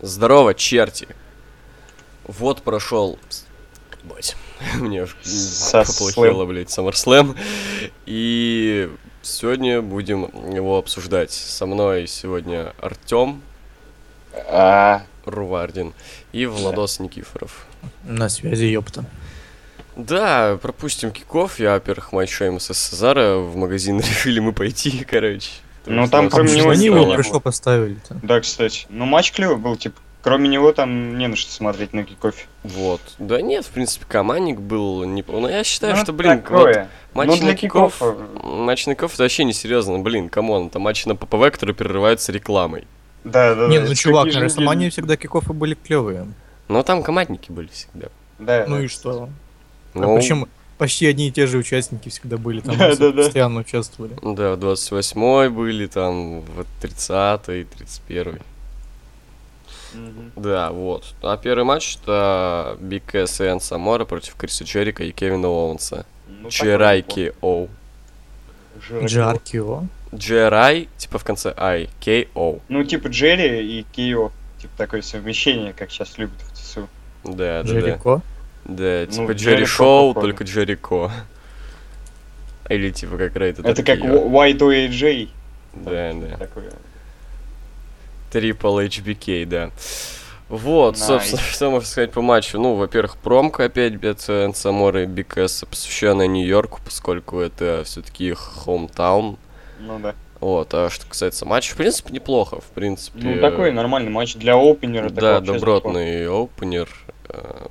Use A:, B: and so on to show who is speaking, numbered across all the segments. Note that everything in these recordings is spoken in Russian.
A: Здорово, черти. Вот прошел... Бать. Мне уж
B: Со
A: поплохело, блядь, SummerSlam. И сегодня будем его обсуждать. Со мной сегодня Артем
B: А,
A: Рувардин и Владос Никифоров.
C: На связи, ёпта.
A: Да, пропустим киков. Я, во-первых, матч Шеймса с Сезара в магазин решили мы пойти, короче.
B: Ну, там
A: Потому
B: кроме
A: что
B: него
A: нас
C: они
B: никого
A: там
B: не
C: его
A: не
C: хорошо
B: было.
C: поставили-то.
B: да, кстати. Ну, матч клевый был, типа. Кроме него там не на что смотреть на кикофе.
A: Вот. Да нет, в принципе, командник был не... Ну, я считаю,
B: Ну,
A: что, блин, вот
B: такое.
A: матч
B: Ну, для
A: на киков...
B: кикоффа.
A: Матч на киков это вообще несерьезно, блин, камон, это матч на ППВ, которые прерываются рекламой.
B: Да, да,
C: Не,
B: да,
C: ну
B: это
C: чувак,
B: такие
C: на
B: же
C: Рестлмании
B: люди.
C: всегда кикофы были клевые.
A: Но там командники были всегда.
B: Да,
C: Ну
B: да.
C: и что?
A: Ну,
C: А Причем почти одни и те же участники всегда были там,
B: Да,
C: если
B: да, да.
C: постоянно участвовали.
A: Да, в 28-й были, там, в 30-й, 31-й.
B: Мгм.
A: Да, вот. А первый матч это Биг Кэс и Энн Самора против Криса Черика и Кевина Оуэнса.
B: Ну,
A: Черайки Оу.
B: такой, Джерайки.
C: Джаркио.
A: Джерай, типа в конце Ай, Кей Оу.
B: Ну, типа Джерри и Кио. Типа такое совмещение, как сейчас любят в ЦСУ.
A: Да, да, да.
C: Джерико.
A: Да, типа
B: Ну,
A: Джерри
B: Джерико,
A: Шоу,
B: походу.
A: только Джерико. Или типа как Рейдер.
B: Это как White OAJ.
A: Да, да.
B: Такое.
A: Triple HBK, да. Вот,
B: Nice.
A: собственно, что можно сказать по матчу. Ну, во-первых, промка опять это Энсамора и Бикэса, посвященная Нью-Йорку, поскольку это все-таки их хоумтаун.
B: Ну да.
A: Вот, а что касается матча, в принципе, неплохо, в принципе.
B: Ну,
A: э,
B: такой нормальный матч для опенера. так
A: Да,
B: вообще здорово.
A: добротный опенер. э,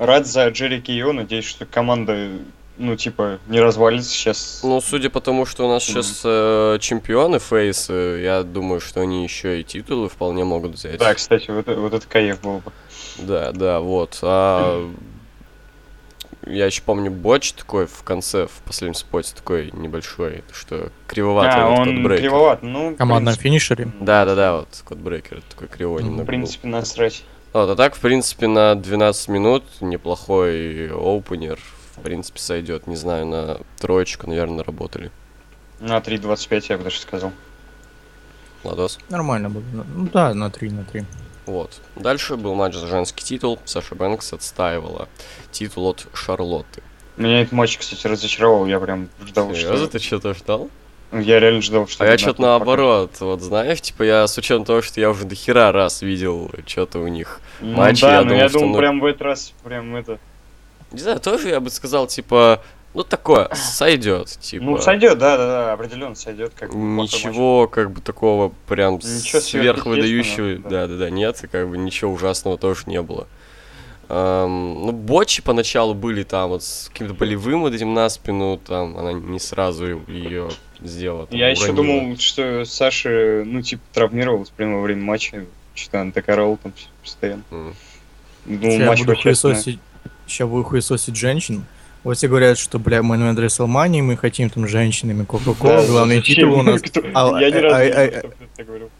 B: Рад за Джерри Кио. Надеюсь, что команда, ну, типа, не развалится сейчас.
A: Ну, судя по тому, что у нас
B: Мгм.
A: сейчас э, чемпионы Фейс, э, я думаю, что они еще и титулы вполне могут взять.
B: Да, кстати, вот, вот это кайф был бы.
A: Да, да, вот. А, я еще помню Боч такой в конце, в последнем споте такой небольшой, что кривоватый
B: а,
A: вот
B: он
A: кодбрейкер.
B: кривоват, ну, в
C: Командном
B: принципе, ну,
C: финишере.
A: Да, да, да, вот кодбрейкер такой кривой
C: Ну,
B: В
C: в
A: немного. был.
B: принципе, насрать.
A: Вот, а так, в принципе, на 12 минут неплохой опенер. В принципе, сойдет. Не знаю, на троечку, наверное, работали.
B: На 3.25 я бы даже сказал.
A: Ладос.
C: Нормально было. Ну да, на 3 на 3.
A: Вот. Дальше был матч за женский титул. Саша Бэнкс отстаивала титул от Шарлотты.
B: Меня этот матч, кстати, разочаровал, я прям ждал,
A: Серьезно,
B: что...
A: ты что-то ждал?
B: Ну, Я реально ждал, что...
A: А я
B: Донатов
A: что-то
B: покажет.
A: наоборот, вот знаешь, типа я с учетом того, что я уже до хера раз видел что-то у них.
B: Ну
A: матче,
B: да,
A: я
B: но
A: думал,
B: я
A: что
B: думал,
A: ну-
B: прям в этот раз, прям это...
A: Не знаю, тоже я бы сказал, типа, ну такое, сойдет, типа.
B: Ну, сойдет, да-да-да, определенно сойдет. как плохой матч.
A: Ничего, как бы такого прям
B: Ну, Ничего
A: сверхвыдающего,
B: сверхъестественного, да.
A: да, да, да, нет, и как бы ничего ужасного тоже не было. Эм, ну, бочи поначалу были там вот с каким-то болевым вот этим на спину, там она не сразу ее сделала. там,
B: Я еще
A: уронила.
B: думал, что Саша, ну, типа, травмировалась прямо во время матча. Что-то она так орала там постоянно.
A: М.
B: Ну,
C: Сейчас я
B: матч
C: буду
B: вообще...
C: хуесосить. Сейчас буду хуесосить женщин. Вот все говорят, что, бля, мы на Рестлмании, мы хотим там с женщинами,
B: Да,
C: Кока-Кола, главный
B: зачем?
C: титул у нас.
B: Кто-
C: А,
B: Я ни
C: а,
B: разу
C: а,
B: не
C: а,
B: видел, чтоб кто-то так говорил.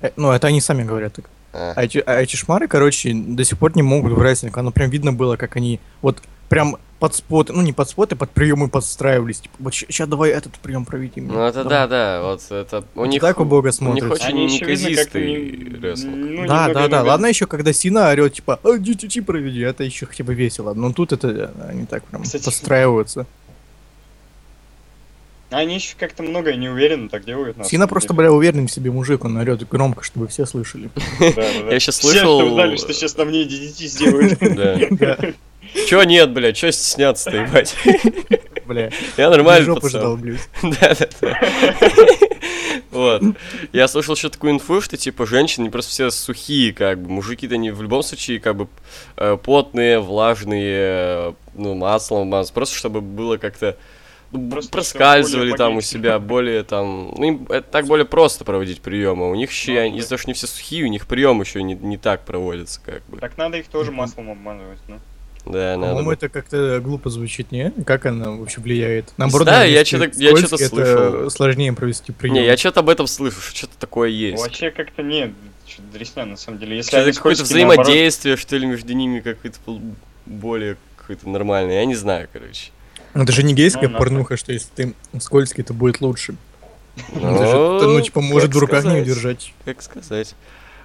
C: Э, Ну, это они сами говорят так.
A: А.
C: А эти, а эти шмары, короче, до сих пор не могут в рестлинг. Оно прям видно было, как они вот прям под споты, ну не под споты, под приемы подстраивались. Типа, вот сейчас давай этот прием проведем.
A: Ну это да, да, вот это у них
C: так убого
A: у них
C: смотрится.
A: очень
B: Они ещё видно, как
A: неказистый
B: не-
A: рестлинг.
B: ну,
C: да,
B: немного
C: да, да.
B: иногда-
C: Ладно еще, когда Сина орет, типа, а, DDT проведи, это еще хотя бы весело. Но тут это э, они так прям
B: Кстати,
C: подстраиваются.
B: Они еще как-то много неуверенно так делают. на
C: Сина
B: самом
C: просто,
B: деле.
C: бля, уверенный в себе мужик, он орет громко, чтобы все слышали.
B: Да, да, да.
A: Я щас
B: Все,
A: слышал-
B: что знали, что сейчас нам не DDT сделают.
A: Да. Чё нет, бля, чё стесняться-то, ебать?
C: Бля,
A: Я
C: я
A: нормально,
C: жопу
A: пацан.
C: ждалблюсь.
A: Да-да-да. Вот. Я слышал еще такую инфу, что типа женщины просто все сухие, как бы. Мужики-то они в любом случае, как бы, э, потные, влажные, э, ну, маслом мазаны. Просто чтобы было как-то ну, б-
B: Просто
A: проскальзывали
B: чтобы более
A: там у
B: логично.
A: себя более там. Ну, им это так более просто проводить приемы. У них
B: Ну,
A: еще,
B: да.
A: из-за того, что они все сухие, у них прием еще не, не так проводится, как бы.
B: Так надо их тоже маслом обманывать. ну.
A: Да, надо.
C: По-моему,
A: бы.
C: это как-то глупо звучит, не? Как она вообще влияет? Наоборот,
A: Не знаю, я
C: если
A: чё-то- я
C: скользко,
A: чё-то
C: это
A: слышал.
C: сложнее провести прием.
A: Не, я что-то об этом слышу, что что-то такое есть.
B: Вообще как-то нет, что-то дресня на самом деле. Если
A: Что-то
B: они
A: какое-то
B: скользкие, типа, наоборот,
A: взаимодействие, что ли, между ними какое-то пол- более какое-то нормальное. Я не знаю, короче.
C: Ну, Это же не гейская
B: Ну, нахуй.
C: порнуха, что если ты скользкий, то будет лучше.
A: Ну,
C: Это же, ну, типа, может
A: как
C: в руках не
A: сказать,
C: удержать.
A: Как сказать.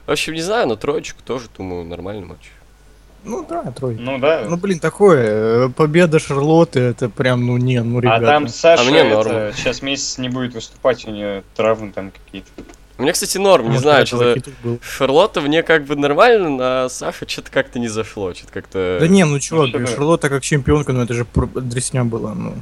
A: В общем, не знаю, но троечку тоже, думаю, нормальный матч.
C: Ну да, тройка.
B: Ну да.
C: Ну блин, такое, э, победа Шарлотты, это прям, ну не, ну
B: а
C: ребята.
B: там Саша
A: А мне
B: это,
A: норм.
B: сейчас месяц не будет выступать, у нее травмы там какие-то.
A: У меня, кстати, норм, не
C: Вот
A: знаю,
C: этот
A: что-то...
C: локиток был.
A: Шарлотта мне как бы нормально, а Саша что-то как-то не зашло, что-то как-то...
C: Да не, ну чувак,
B: вообще, да.
C: Шарлотта как чемпионка, ну это же про- дресня была, ну.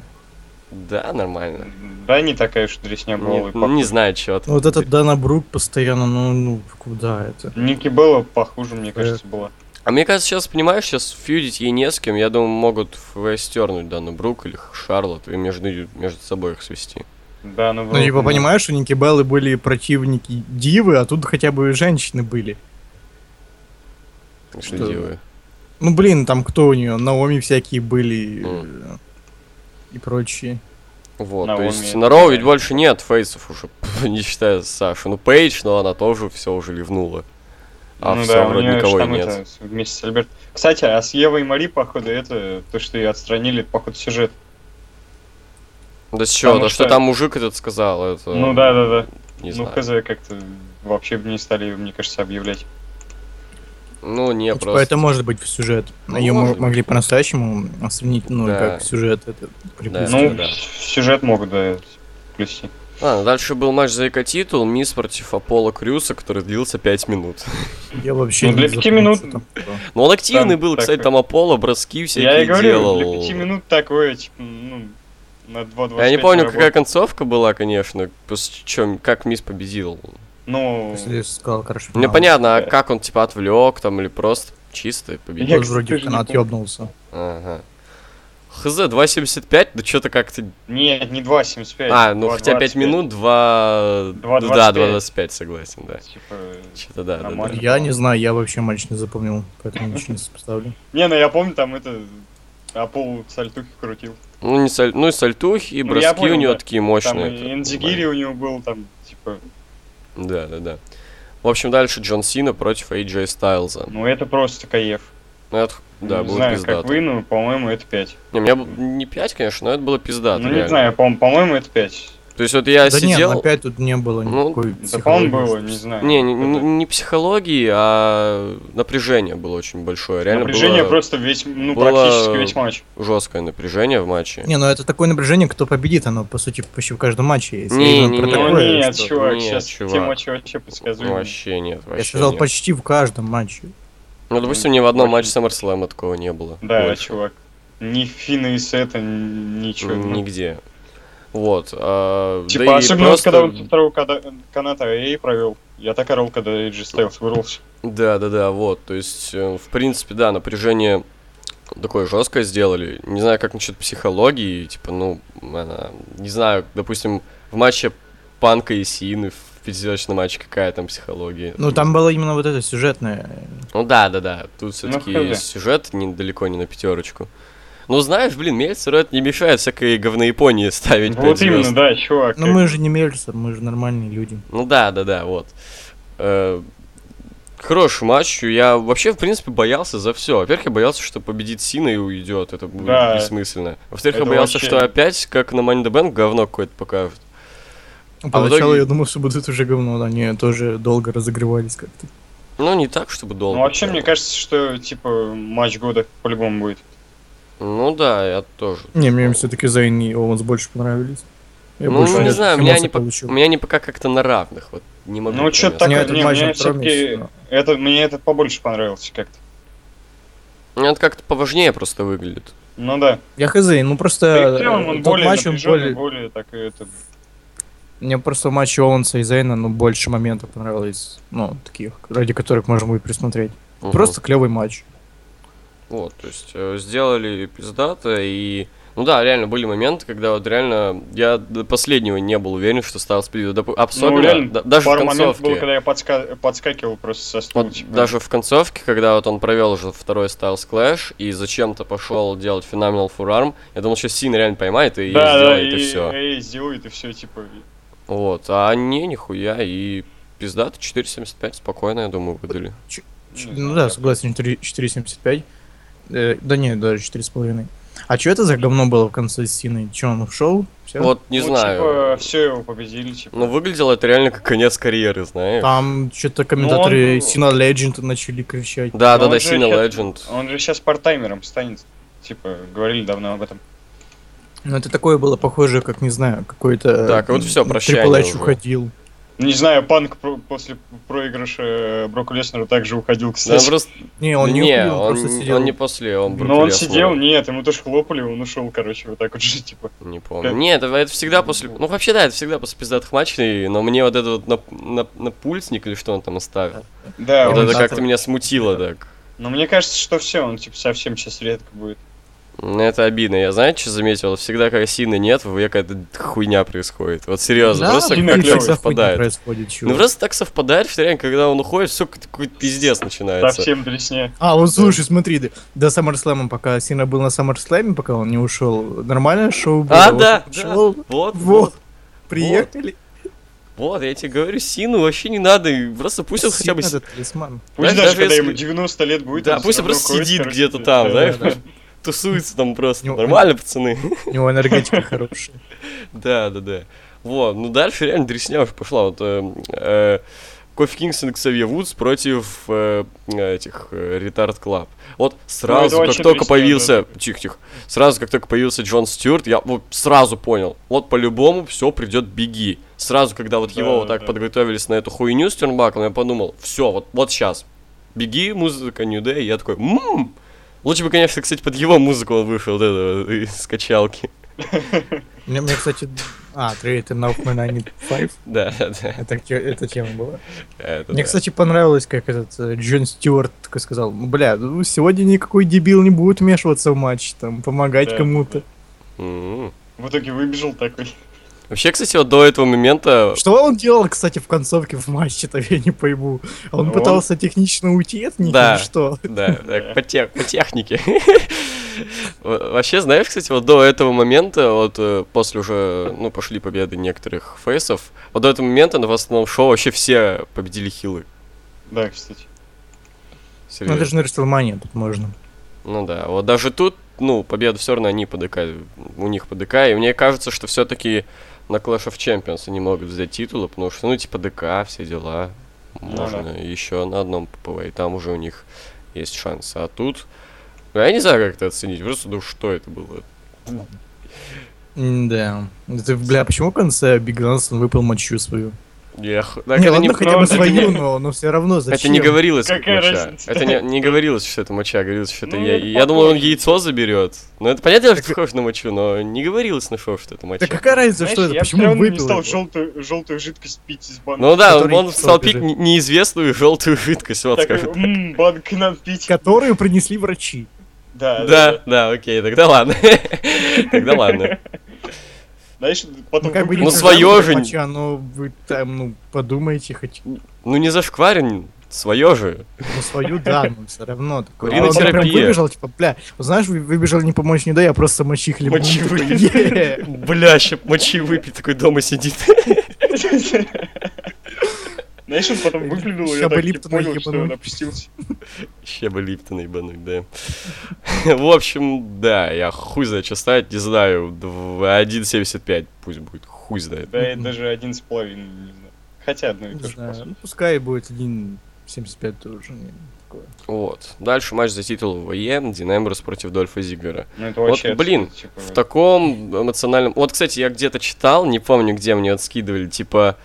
A: Да, нормально.
B: Да, не такая уж дресня была. и
A: Не, не знаю, чего
C: Ну, Вот этот Дана Брук постоянно, ну, ну, куда это?
B: Ники было похуже,
C: Э.
B: мне кажется, было.
A: А мне кажется, сейчас, понимаешь, сейчас фьюдить ей не с кем. Я думаю, могут стернуть Дану Брук или Шарлот и между, между собой их свести.
B: Да, ну,
C: Ну,
B: вроде,
C: типа,
B: да.
C: понимаешь, у Ники Беллы были противники Дивы, а тут хотя бы женщины были.
A: Что
C: Что?
A: делаю?
C: Ну, блин, там кто у нее? Наоми всякие были
A: Мгм.
C: э, и прочие.
A: Вот, то
B: Наоми,
A: есть
B: это
A: на Роу ведь
B: да.
A: больше нет фейсов уже, не считая Сашу. Ну, Пейдж, но она тоже все уже ливнула. А
B: ну
A: все,
B: да, у
A: вроде
B: нее
A: никого и
B: там
A: нет.
B: это, вместе с Альберт. Кстати, а с Евой и Мари, походу, это то, что ее отстранили, это, походу, сюжет.
A: Да с чего?
B: Потому
A: Да что
B: что-
A: там мужик этот сказал, это...
B: Ну да, да, да.
A: Э, Не
B: ну,
A: знаю.
B: хз, как-то вообще бы не стали, её, мне кажется, объявлять.
A: Ну, не,
C: Ну, типа,
A: просто...
C: это может быть в сюжет.
A: Ну,
C: Ее
A: может быть.
C: могли по-настоящему сравнить, ну,
A: Да.
C: как сюжет это приплести.
B: ну,
A: Э, да.
B: в сюжет могут, да, плюсти.
A: Ладно, А, дальше был матч за эко-титул, Мисс против Аполло Крюса, который длился 5 минут.
C: Я вообще
B: Ну,
C: не
B: для пяти
C: запомнил,
B: минут-
C: что там было.
A: Ну, он активный
B: Там
A: был, кстати,
B: такой-
A: там Аполло броски всякие
B: Я и говорю,
A: делал.
B: для пяти минут такое, типа, ну, на 2
A: Я не помню, какая концовка была, конечно, после чем, как Мисс победил.
B: Ну,
C: Если сказал, короче,
A: Мне
C: финал.
A: понятно, а
B: да.
A: как он, типа, отвлек там или просто чисто победил.
B: Я,
C: Тоже вроде
B: кстати, не
C: фанат
B: помню.
C: ёбнулся.
A: Ага. ХЗ 2.75, да что-то как-то...
B: не, не 2.75.
A: А, ну хотя 5
B: 2.25.
A: минут, 2...
B: Два
A: Да, 2.25,
B: 25.
A: согласен, да.
B: Типа...
A: Что-то да, да, да.
B: Нормально.
C: Я не знаю, я вообще матч не запомнил, поэтому ничего не сопоставлю.
B: Не, ну я помню, там это... А пол сальтухи крутил.
A: Ну, не саль... ну и сальтухи, и
B: Ну,
A: броски
B: я понял,
A: у него
B: да.
A: такие
B: Там
A: мощные. это
B: и Энзигири у него был, там, типа...
A: нормально. Да, да, да. В общем, дальше Джон Сина против AJ Стайлза.
B: Ну это просто кайф.
A: Ну, это, да,
B: не
A: было
B: знаю,
A: пиздато.
B: как вы, но, по-моему, это 5.
A: Не, у меня б- не 5, конечно, но это было пиздато.
B: ну, не
A: реально.
B: знаю, по- по-моему, это 5.
A: То есть вот я
C: да нет,
A: сидел...
C: опять тут не было
A: Ну,
C: никакой
B: Да, по-моему,
C: психологии.
B: было, не знаю.
A: Не, не,
B: Это-
A: не психологии, а напряжение было очень большое. Реально
B: Напряжение
A: было
B: просто весь, ну,
A: было-
B: практически весь матч.
A: жесткое напряжение в матче.
C: Не, ну это такое напряжение, кто победит, оно по сути почти в каждом матче есть.
A: Не,
C: Я
A: не,
C: именно про
A: не,
B: Ну
C: такое,
A: не,
B: нет,
C: что-
B: чувак,
A: Нет,
B: сейчас
A: чувак.
B: те матчи вообще подсказуемы.
A: Ну, Вообще нет, вообще
C: Я сказал
A: нет.
C: почти в каждом матче.
A: Ну, допустим, ни в одном матче SummerSlam такого не было.
B: Да,
A: Больше.
B: чувак. Ни фина и сета, ни- ничего.
A: М,
B: ну.
A: Нигде. Вот. а,
B: Типа,
A: да и
B: особенно вот
A: просто-
B: когда он со второго када- каната эй провел. Я так орал, когда Эйджи Стайлс вырвался.
A: Да, да, да, вот. То есть, э, в принципе, да, напряжение такое жесткое сделали. Не знаю, как насчет психологии, типа, ну, она- не знаю, допустим, в матче Панка и Сины в пятизвездочном матче какая там психология.
C: Ну там было именно вот это сюжетное.
A: Ну да, да, да. Тут все-таки
B: хз.
A: сюжет недалеко не на пятерочку. Ну знаешь, блин, Мельцеру это не мешает всякой говно Японии ставить пять
B: Вот именно,
A: звёзд.
B: да, чувак.
C: Но мы же не Мельцер, мы же нормальные люди.
A: Ну да, да, да, вот. Э, Хороший матч. Я вообще, в принципе, боялся за все. Во-первых, я боялся, что победит Сина и уйдет. Это будет
B: Да.
A: бессмысленно. Во-вторых, я
B: Это
A: боялся,
B: вообще-
A: что опять, как на Money in the Bank, говно какое-то покажут.
C: Поначалу
A: итоге-
C: я думал, что будут уже говно, но они тоже долго разогревались как-то.
A: Ну, не так, чтобы долго.
B: Ну вообще, мне
A: прямо.
B: кажется, что, типа, матч года по-любому будет.
A: Ну да, я тоже.
C: Не, мне все-таки Зейн и Оуэнс больше понравились.
A: Ну, не знаю, меня
C: эмоций
A: не по-
C: получил.
A: У меня не пока как-то на равных. Вот не могу.
B: Ну,
A: понять.
B: чё-то так
C: Мне
B: Не,
C: этот
B: не,
C: матч
B: мне
C: на втором
B: всё-таки-
C: месте, но-
B: Это, мне этот побольше понравился как-то.
A: Ну, это как-то поважнее просто выглядит.
B: Ну да.
C: Я хз, ну
B: Да и
C: просто
B: в целом он
C: тот
B: более
C: матч, он
B: напряженный,
C: более...
B: более так это... ну,
C: Мне просто в матче Оуэнса и Зейна, ну, больше моментов понравилось, ну, таких, ради которых можно будет присмотреть.
A: Мгм.
C: Просто клевый матч.
A: Вот, то есть э, сделали пиздато и... Ну да, реально были моменты, когда вот реально я до последнего не был уверен, что Стайлс придет. Доп- Особенно,
B: Ну, реально,
A: да- даже в
B: пару моментов
A: концовке.
B: было, когда я подска- подскакивал просто со стула.
A: Вот
B: типа.
A: даже в концовке, когда вот он провел уже второй Стайлс Clash и зачем-то пошел делать Phenomenal Forearm, я думал, сейчас Син реально поймает и
B: да, да,
A: сделает,
B: и,
A: и все.
B: и сделает, и все, типа...
A: Вот, а не, нихуя, и пиздато 4.75 спокойно, я думаю, выдали.
C: Ч-
B: Не
C: ну
B: знаю,
C: да,
B: я-
C: согласен, 4- 4.75. Э, да не, даже 4,5. А что это за говно было в конце Сины? Че, он ушел? Всё?
A: Вот не
B: Ну,
A: знаю.
B: Типа, все его победили, типа.
A: Ну, выглядело это реально как конец карьеры, знаешь?
C: Там что-то комментаторы
B: Ну, он-
C: Сина Легенд начали кричать.
A: Да,
B: Но
A: да, да,
B: он Ну, же
A: Сина
B: щас-
A: Legend.
B: Он же сейчас партаймером станет. Типа, говорили давно об этом.
C: Ну это такое было похоже, как, не знаю, какой-то...
A: Так, вот всё, прощание
C: Triple H
A: уже.
C: уходил.
B: Не знаю, Панк про- после проигрыша Броку Леснеру также уходил,
A: Да,
B: кстати.
A: просто-
C: Не, он не,
A: не,
C: уходил, он,
A: он,
C: просто сидел.
A: он не после, он
B: Но Ну, он
A: Брюк Леснер.
B: сидел, нет, ему тоже хлопали, он ушел, короче, вот так вот же, типа.
A: Не помню.
B: Как?
A: Не, это, это всегда после... Ну, вообще, да, это всегда после пиздатых матчей, но мне вот этот вот на, на, на пульсник или что он там оставил,
B: Да,
A: вот
B: он-
A: это
C: да,
A: как-то
C: да.
A: меня смутило так.
B: но мне кажется, что все, он типа совсем сейчас редко будет.
A: Ну, Это обидно. Я знаете, что заметил? Всегда, когда Сины нет, в века эта хуйня происходит. Вот серьезно,
C: Да,
A: просто
C: блин,
A: как
C: всегда
A: так
C: хуйня
A: совпадает.
C: происходит, чувак.
A: Ну, просто так совпадает, что реально, когда он уходит, все такой пиздец начинается.
B: Совсем дресня.
C: А, вот слушай, смотри, до, до SummerSlam, пока Сина был на SummerSlam, пока он не ушел, нормальное шоу было.
A: А,
C: вот
A: да,
C: он
A: да.
C: шел,
A: Вот, вот,
C: вот, приехали.
A: вот, я тебе говорю, Сину вообще не надо, и просто пусть он хотя бы...
C: Сина
A: си-
C: это талисман.
B: Пусть
A: Знаешь,
B: даже,
A: даже
B: когда
A: если-
B: ему 90 лет будет,
A: Да,
B: он
A: пусть
B: всё
A: он
B: равно
A: просто
B: ходит,
A: сидит
B: короче,
A: где-то
B: да,
A: там,
B: да,
A: знаешь,
B: да.
A: тусуется там просто.
C: Ну,
A: Нормально, пацаны?
C: У него энергетика хорошая.
A: Да, да, да. Вот, ну дальше реально дресня уже пошла. Вот э, э, Кофи Кингстон и Ксавье Вудс против э, этих э, Retard Club. Вот сразу, как
B: Ну, очень
A: только
B: дресня,
A: появился... Тихо-тихо. Сразу, как только появился Джон Стюарт, я вот сразу понял. Вот по-любому все придет беги. Сразу, когда вот
B: Да,
A: его вот
B: да,
A: так
B: да.
A: подготовились на эту хуйню с Тюрнбаклом, я подумал, все, вот, вот сейчас. Беги, музыка New Day. Я такой, ммм. Лучше бы, конечно, кстати, под его музыку он вышел, да, да, из качалки.
C: Мне, мне, кстати... А, Трейт и Need Five.
A: Да, да, да.
C: Это, те- эта тема была.
A: Это
C: Мне,
A: да.
C: кстати, понравилось, как этот э, Джон Стюарт такой сказал, бля, ну, сегодня никакой дебил не будет вмешиваться в матч, там, помогать
B: Да,
C: кому-то.
A: М.
B: В итоге выбежал такой.
A: Вообще, кстати, вот до этого момента...
C: Что он делал, кстати, в концовке в матче-то, я не пойму. Он
B: Он-
C: пытался технично уйти от них
A: Да.
C: или что?
A: Да, так, по, тех- по технике. Во- Вообще, знаешь, кстати, вот до этого момента, вот э, после уже, ну, пошли победы некоторых фейсов, вот до этого момента на основном шоу вообще все победили хилы.
B: Да, кстати.
C: Ну,
A: Серьезно.
C: это же на WrestleMania тут можно.
A: Ну да, вот даже тут, ну, победу все равно они по ДК, у них по ДК, и мне кажется, что все-таки на Clash of Champions они могут взять титулы, потому что, ну, типа ДК, все дела,
B: Ну
A: можно еще на одном ППВ, и там уже у них есть шанс, а тут, ну, я не знаю, как это оценить, просто, ну, что это было?
C: Да. бля, почему в конце Биг Дансон выпил мочу свою?
A: Я х- да,
C: не,
A: это
C: ладно,
A: не-
C: хотя бы
B: это не-
C: свою, но, но все равно зачем?
A: это не говорилось, как
B: Какая
A: моча.
B: разница?
A: Это не, не говорилось, что это моча, говорилось, что это
B: Ну,
A: я.
B: это
A: Я думал, он
B: похоже.
A: яйцо заберет. Ну, это понятно, что
C: Так-
A: похоже на мочу, но не говорилось на шоу, что это моча.
C: Да какая разница, что
B: Знаешь,
C: это?
B: я
C: Почему
B: все равно не
C: выпил?
B: стал
C: его?
B: желтую, желтую жидкость пить из банки.
A: Ну да, он,
C: который
A: он
C: яйцо
A: стал пить
C: бежит.
A: не- неизвестную желтую жидкость, вот
B: Такой,
A: скажем.
B: «М, банк надо пить.
C: Которую принесли врачи.
B: Да, да.
A: Да, да, окей, тогда ладно. Тогда ладно.
B: Знаешь, потом
C: Ну, как бы
A: Ну,
C: не
B: выглядит-
A: своё
C: сажали
A: же
C: на
A: не-
C: моча, но вы там, ну, подумайте хоть
A: Ну не зашкварен, свое же.
C: ну, свою, да, но все равно. Такой. А он
A: Уринотерапия.
C: прям выбежал, типа, бля, вот знаешь, вы- выбежал не помочь, не дай, я просто мочи хлебнул.
A: Мочи
C: Такой,
A: выпил.
C: «Е».
A: Бля, ща мочи выпить, такой дома сидит.
B: Знаешь, он потом выплюнул, и
C: Ща
B: я
C: бы
B: так не
C: Липтона
B: понял, что он
C: ебануть.
B: опустился.
A: Ща бы Липтона ебануть, да. В общем, да, я хуй знает, что ставить, не знаю, дв- 1.75 пусть будет, хуй знает.
B: Да, и даже один с половиной, не знаю. Хотя одно и
C: Не
B: то же, по
C: знаю,
B: сути.
C: ну, пускай будет 1.75 тоже. не, такое.
A: Вот. Дальше матч за титул в ВЕ, Динамбрус против Дольфа Зиггера.
B: Ну, это
A: Вот,
B: вообще...
A: блин,
B: отсюда, типа,
A: В таком эмоциональном... Вот, кстати, я где-то читал, не помню, где мне вот скидывали, типа,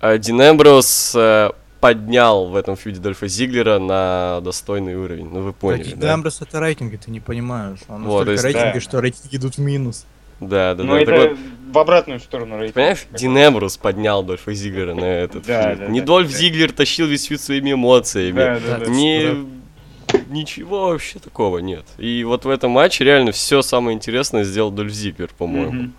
A: э, Дин Эмброуз э, поднял в этом фьюде Дольфа Зиглера на достойный уровень. Ну, вы поняли,
C: Такие
A: да?
C: Дамброс это рейтинги, ты не понимаешь.
A: Вот,
C: Он настолько
A: то есть,
C: рейтинги,
B: да.
C: что рейтинги идут в минус.
A: Да, да,
B: Ну,
A: да. Так вот,
B: это в обратную сторону рейтинга.
A: Понимаешь, Дин Эмброуз поднял Дольфа Зиглера на этот
B: Да,
A: фьюд.
B: да,
A: Не
B: да,
A: Дольф
B: да.
A: Зиглер тащил весь фьюд своими эмоциями.
B: Да, да, да.
C: Да.
A: Не... Ничего вообще такого нет. И вот в этом матче реально все самое интересное сделал Дольф Зиглер, по-моему.
B: Мгм.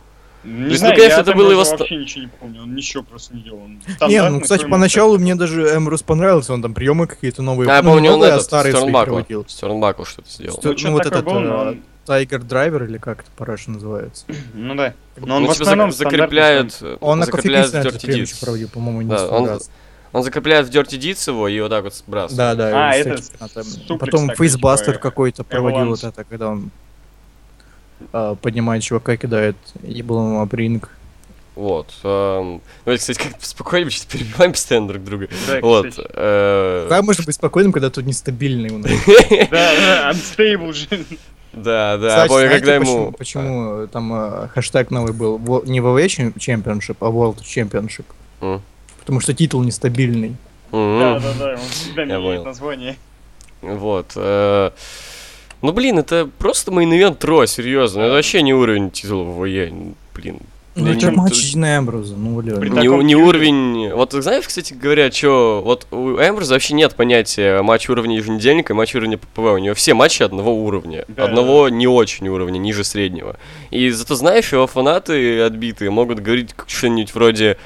A: То
B: Не
A: есть,
B: знаю,
A: ну, конечно,
B: я
A: это
B: там
A: было
B: даже
A: его ста-
B: вообще ничего не помню, он ничего просто не делал. Он
C: не,
B: стандартный
C: ну, кстати,
B: формат,
C: поначалу мне даже Эмбрус понравился, он там приемы какие-то новые.
A: А, я
C: ну, не
A: помню, он
C: новые, а
A: этот,
C: старые свои
A: Стернбакл.
C: проводил.
A: Стернбакл что-то сделал.
B: Ну,
C: Ну,
B: чё
C: вот
B: такое
C: это
B: было, но он-
C: Тайгер Драйвер или как это параша называется?
B: Ну да. Но
A: Ну,
B: он в
A: типа, зак-
B: основном
A: закрепляет...
B: стандартный
A: э,
C: Он на
A: закрепляет
C: кофе
A: в Dirty Deeds.
C: проводил, по-моему, не
A: Да,
C: сто
A: он-
C: раз.
A: Он закрепляет в Dirty Deeds его и вот так вот сбрасывает.
C: Да, да.
B: А,
C: и
B: это
C: всякие там,
B: суплекс
C: Потом
B: такой,
C: фейсбастер
B: типа,
C: какой-то проводил
B: эваланс.
C: вот это, когда он э, поднимает чувака и кидает еблом об ринг.
A: Вот. эм, Ну, это, кстати, как-то спокойно, мы сейчас перебиваем постоянно друг друга.
B: Да,
A: Вот.
B: кстати.
A: э,
C: Да, можно быть спокойным, когда тут нестабильный у нас.
B: Да, да, unstable же.
A: Да, да.
C: Кстати,
A: помню,
C: знаете,
A: когда
C: почему-
A: ему... А.
C: Почему э, там э, хэштег новый был? Во- Не WWE Чем- Championship, а World Championship.
A: М.
C: Потому что титул нестабильный.
A: М.
B: Да, да, да, он всегда меняет
A: понял.
B: название.
A: Вот. э, Ну, блин, это просто мейн-ивент Тро, серьезно. Ну, Это вообще не уровень титула ВВЕ. Блин.
C: Ну,
A: Да
C: это
A: не-
C: матч Джейна Эмброза, ну, бля.
B: Блин, При
A: Не,
B: таком
A: не
B: фьюде.
A: уровень... Вот знаешь, кстати говоря, что... Вот у Эмброза вообще нет понятия матч уровня еженедельника и матч уровня ППВ. У него все матчи одного уровня.
B: Да.
A: Одного не очень уровня, ниже среднего. И зато, знаешь, его фанаты отбитые могут говорить как- что-нибудь вроде...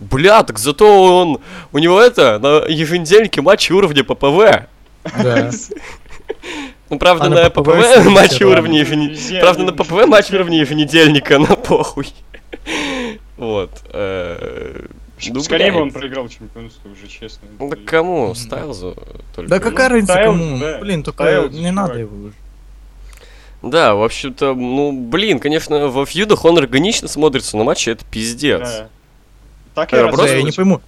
A: Бля, так зато он... У него это, на еженедельнике матч уровня ППВ.
C: Да.
A: Ну, правда,
C: А
A: на,
C: на
A: ППВ,
C: PPV смотрите,
A: матч
C: да.
A: уровня ежене-
B: Нельзя,
A: Правда,
B: ну,
A: на ППВ матч уровня еженедельника, на похуй. Вот. э, ну,
B: Скорее бы
A: блядь.
B: он проиграл чемпионство уже, честно.
A: Ну, да кому?
C: Мгм.
A: Стайлзу только.
C: Да какая разница
B: Стайлз,
C: кому?
B: да.
C: Блин, только
B: Стайлз,
C: не
B: чувак.
C: надо его уже.
A: Да, в общем-то, ну, блин, конечно, во фьюдах он органично смотрится, но матче это пиздец.
B: Да. Так
A: Да,
B: я
A: А просто
C: Да, я не пойму.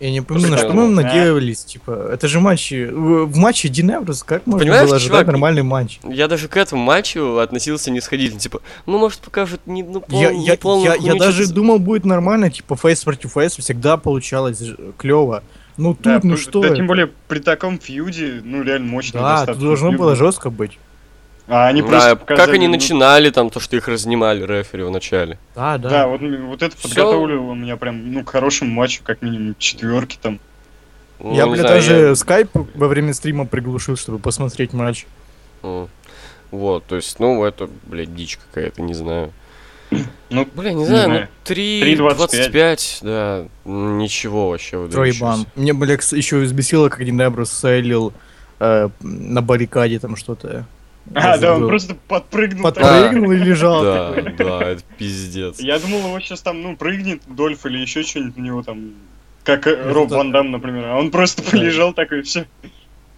C: Я не пойму, на
A: Просто
C: что мы им
B: да.
C: надеялись, типа, это же матчи, в в матче Дин Эмброза как можно
A: понимаешь,
C: было ожидать
A: чувак,
C: нормальный матч?
A: Я даже к этому матчу относился нисходительно, типа, ну, может, покажут не, ну, пол,
C: Я, я,
A: неполную
C: я,
A: хуйню, типа,
C: я даже
A: что-то-
C: думал, будет нормально, типа, фейс против фейс всегда получалось ж- клево. Ну тут,
B: Да,
C: ну
B: п-
C: что
B: да,
C: это?
B: тем более при таком фьюде, ну реально мощно.
C: Да, тут должно было жестко быть.
B: А они
A: Да,
B: просто
A: как
B: показали,
A: они
B: ну,
A: начинали там, то, что их разнимали рефери в начале.
C: Да, да.
B: Да, вот, м- вот это
A: Всё.
B: подготовило меня прям, ну, к хорошему матчу, как минимум четверки там.
A: Ну,
C: я,
A: не
C: бля,
A: знаю,
C: даже
A: я-
C: скайп во время стрима приглушил, чтобы посмотреть матч.
A: М. ну. Вот, то есть, ну, это, блядь, дичь какая-то, не знаю.
B: Ну,
A: Бля, не
B: Не
A: знаю, ну,
B: знаю. 3,25.
A: 3,25, да, м, ничего вообще выдающегося.
C: Тройбан. Мне, бля, кс- еще избесило, как Динебро сейлил э, на баррикаде там что-то.
B: а,
C: Я
B: да, он
C: забыл.
B: просто подпрыгнул. так.
C: Подпрыгнул и лежал.
A: Да,
C: такой.
A: да, это пиздец.
B: Я думал, его сейчас там, ну, прыгнет Дольф или еще что-нибудь у него там, как э,
C: Это
B: Роб
C: да.
B: Ван Дам, например. А он просто
C: Да.
B: полежал такой, все.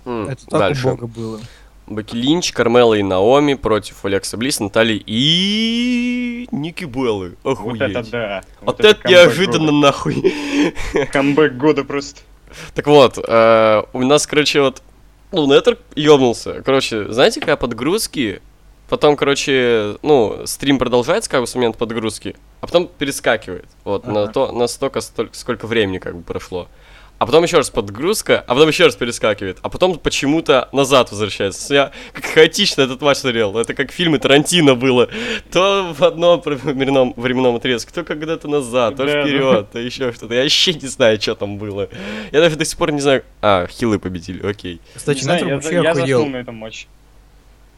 A: М,
C: Это так
A: Дальше.
C: убого было.
A: Баки Линч, Кармела и Наоми против Олекса Близ, Натали и Ники Беллы.
B: Вот
A: Охуеть.
B: это да.
A: Вот это
B: камбэк
A: неожиданно нахуй.
B: года. Камбэк года просто.
A: Так вот, э, у нас, короче, вот Лунетер ёбнулся. Короче, знаете, когда подгрузки, потом, короче, ну, стрим продолжается как бы с момента подгрузки, а потом перескакивает. Вот, на,
B: Ага.
A: то, на столько, столь- сколько времени как бы прошло. А потом еще раз подгрузка, а потом еще раз перескакивает, а потом почему-то назад возвращается. Я как хаотично этот матч смотрел. Это как фильмы Тарантино было. То в одном временном, временном отрезке, то когда-то назад, то
B: Да, да.
A: вперед, то еще что-то. Я вообще не знаю, что там было. Я даже до сих пор не знаю. А, хилы победили, окей.
C: Кстати,
B: Не знаю,
C: Нетворк
B: я,
C: вообще
B: за- я
C: охуел.
B: заснул на этом матче.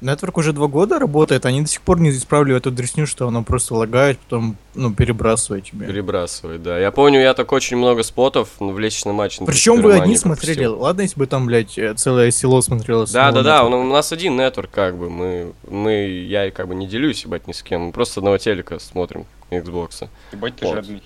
C: Нетворк уже два года работает, они до сих пор не исправляют эту дресню, что оно просто лагает, потом, ну, перебрасывает тебе.
A: Перебрасывай, да. Я помню, я так очень много спотов в личном матче. на
C: Причем вы
A: Супермане
C: одни
A: пропустил.
C: смотрели. Ладно, если бы там, блядь, э, целое село смотрело. с
A: Да, да,
C: одного
A: да,
C: места.
A: у нас один нетворк, как бы, мы, мы, я и как бы не делюсь, ебать, ни с кем, мы просто одного телека смотрим, Xbox.
B: Ебать, ты
A: Вот.
B: жадный.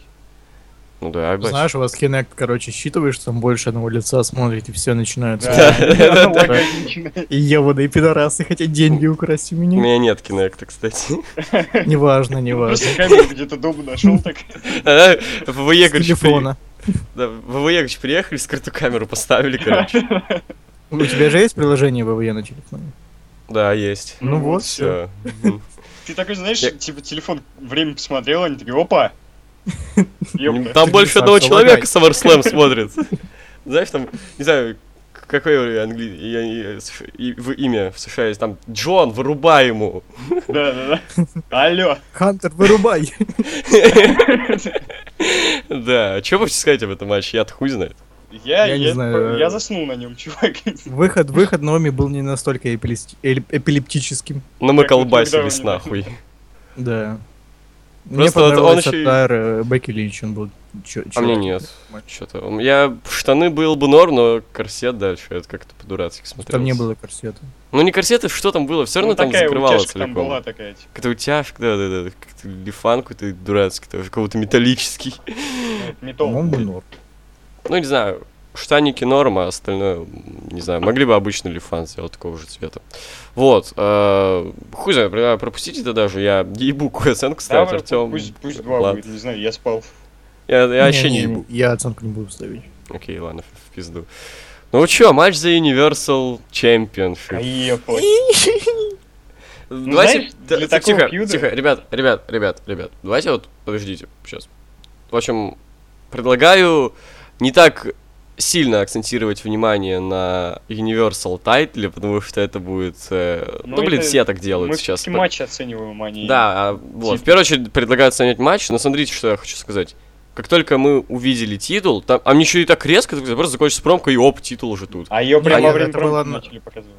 A: Ну да, ебать.
C: Знаешь, у вас Kinect, короче, считываешь, там больше одного лица смотрите, все начинается.
B: Да, лагать начинает.
C: И ебаные пидорасы хотят деньги украсть у
A: У
C: меня.
A: меня нет кинекта, кстати.
C: Неважно, неважно.
B: Просто камеру где-то дома нашел так.
A: А, В ВВЕ,
C: С
A: короче, при-
C: телефона.
A: да, в ВВЕ, короче, приехали, скрытую камеру поставили, короче.
C: У тебя же есть приложение ВВЕ на телефоне?
A: Да, есть.
C: Ну вот, все.
A: Все.
B: Ты такой, знаешь,
A: Я-
B: типа телефон время посмотрел, они такие, опа. Ёпта.
A: Там
C: Ты
A: больше
C: не
A: одного
C: сам
A: человека SummerSlam смотрит. Знаешь, там, не знаю, какое англи... я- я- и- в- имя в США есть, там, Джон, вырубай ему.
B: Да, да, да. Алло.
C: Хантер, вырубай!
A: Да, что вы хотите сказать об этом матче? Я-то хуй знает.
B: Я,
C: Я не
B: я-
C: знаю.
B: я заснул на нем, чувак.
C: Выход, выход Номи был не настолько эпилис- эль- эпилептическим.
A: Но Ну, мы
B: Как вы
A: колбасились
B: тогда
A: нахуй.
C: Да. Мне
A: Просто вот он
C: понравился
A: еще и-
C: Тайр э, Бекки Линч, он был... чё-
A: А мне
C: чё-
A: нет. Что-то. Я в штаны был бы норм, но корсет дальше. Это как-то по-дурацки смотрелось.
C: Там не было корсета.
A: Ну не корсеты, что там было? Все равно
B: Ну,
A: там
B: такая
A: закрывало
B: утяжка там была
A: целиком.
B: такая, типа.
A: Какая-то утяжка, да, да, да. Как-то лифан какой-то дурацкий, тоже какого-то металлический.
B: э, металл.
C: По-моему, был норм.
A: Ну, не знаю. штаники норма, а остальное, не знаю, могли бы обычный лифан сделать такого же цвета. Вот, э, хуй знает, про- пропустите это даже, я ебу какую оценку ставить,
B: Давай,
A: Артем.
B: Пусть, пусть два
A: Ладно.
B: будет, не знаю, я спал.
A: Я, я
C: Не,
A: вообще не,
C: не,
A: ебу.
C: Я оценку не буду ставить.
A: Окей, ладно, в пизду. Ну чё, матч за Universal Championship.
B: Поехали.
A: Ну, Давайте,
B: знаешь,
A: т- т-
B: для такого
A: тихо,
B: фьюда-
A: тихо, ребят, ребят, ребят, ребят, давайте вот, подождите, сейчас. В общем, предлагаю не так сильно акцентировать внимание на Universal тайтле, потому что это будет, э,
B: Ну,
A: ну, блин,
B: это-
A: все так делают
B: Мы
A: сейчас.
B: все-таки матч оцениваем, а не...
A: Да, а, вот, в
B: титул.
A: первую очередь предлагаю оценивать матч, но смотрите, что я хочу сказать. Как только мы увидели титул, там, а мне еще и так резко, просто закончится промка, и оп, титул уже тут.
B: А ее прямо
C: Понятно,
B: во время
C: это было
B: промки
C: на-
B: начали показывать.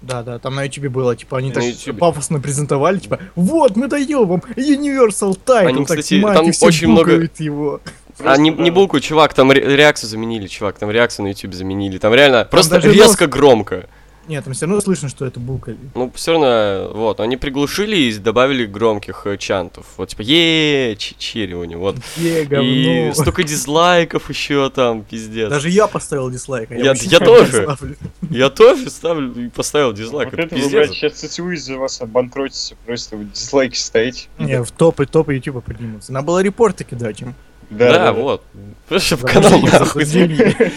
C: Да, да, там на YouTube было, типа, они
A: На
C: так
A: YouTube.
C: пафосно презентовали, типа, вот, мы даем вам Universal Title,
A: Они,
C: так
A: кстати,
C: снимают,
A: там
C: и все
A: очень много-
C: букают его.
A: А не,
B: Просто,
A: не
B: да.
A: булку, чувак, там ре- реакцию заменили, чувак, там реакцию на YouTube заменили. Там реально просто
C: даже
A: резко громко.
C: Нет, там все равно слышно, что это букали.
A: Ну, все равно, вот, они приглушили и добавили громких э, чантов. Вот, типа, е чиривание, вот.
C: Е,
A: И
C: говно.
A: столько дизлайков еще там, пиздец.
C: Даже я поставил дизлайк. а
A: Я-
C: вообще
A: я
C: не
A: тоже.
C: ставлю.
A: Я тоже ставлю и поставил дизлайк.
B: Вот
A: это
B: это вы,
A: пиздец.
B: блядь, сейчас ЦЦУ из-за вас обанкротится, просто вы дизлайки ставите.
C: Не, в топы, топы Ютуба поднимутся. Надо было репорты кидать им.
A: Да, вот. Просто в канал
C: Их
A: нахуй.
C: засудили.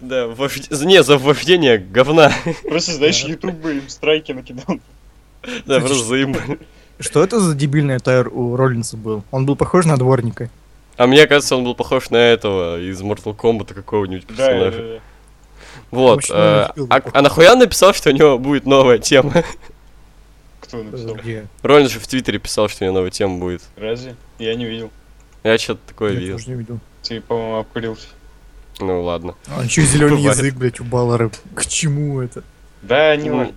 A: Да, вожд- не, за вождение говна.
B: Просто, знаешь,
C: Да.
B: Ютуб бы им страйки накидал.
A: Да, просто заебали.
C: Что это за дебильный тайр у Роллинса был? Он был похож на дворника.
A: А мне кажется, он был похож на этого из Mortal Kombat какого-нибудь
B: Да, да,
A: персонажа.
B: да.
A: Вот.
C: Мужчина
A: э,
C: не успел
A: А
C: бы
A: а нахуя он написал, что у него будет новая тема?
B: Кто написал?
C: Где?
A: Роллин же в Твиттере писал, что у него новая тема будет.
B: Разве? Я не видел.
A: Я что-то такое
C: Я
A: видел.
C: тоже не видел.
B: Ты, по-моему, обкурился.
A: Ну ладно.
C: А еще зеленый
A: Бывает.
C: язык, блядь, у Баллара. К чему это?
B: Да, не
A: Ну,
B: важно.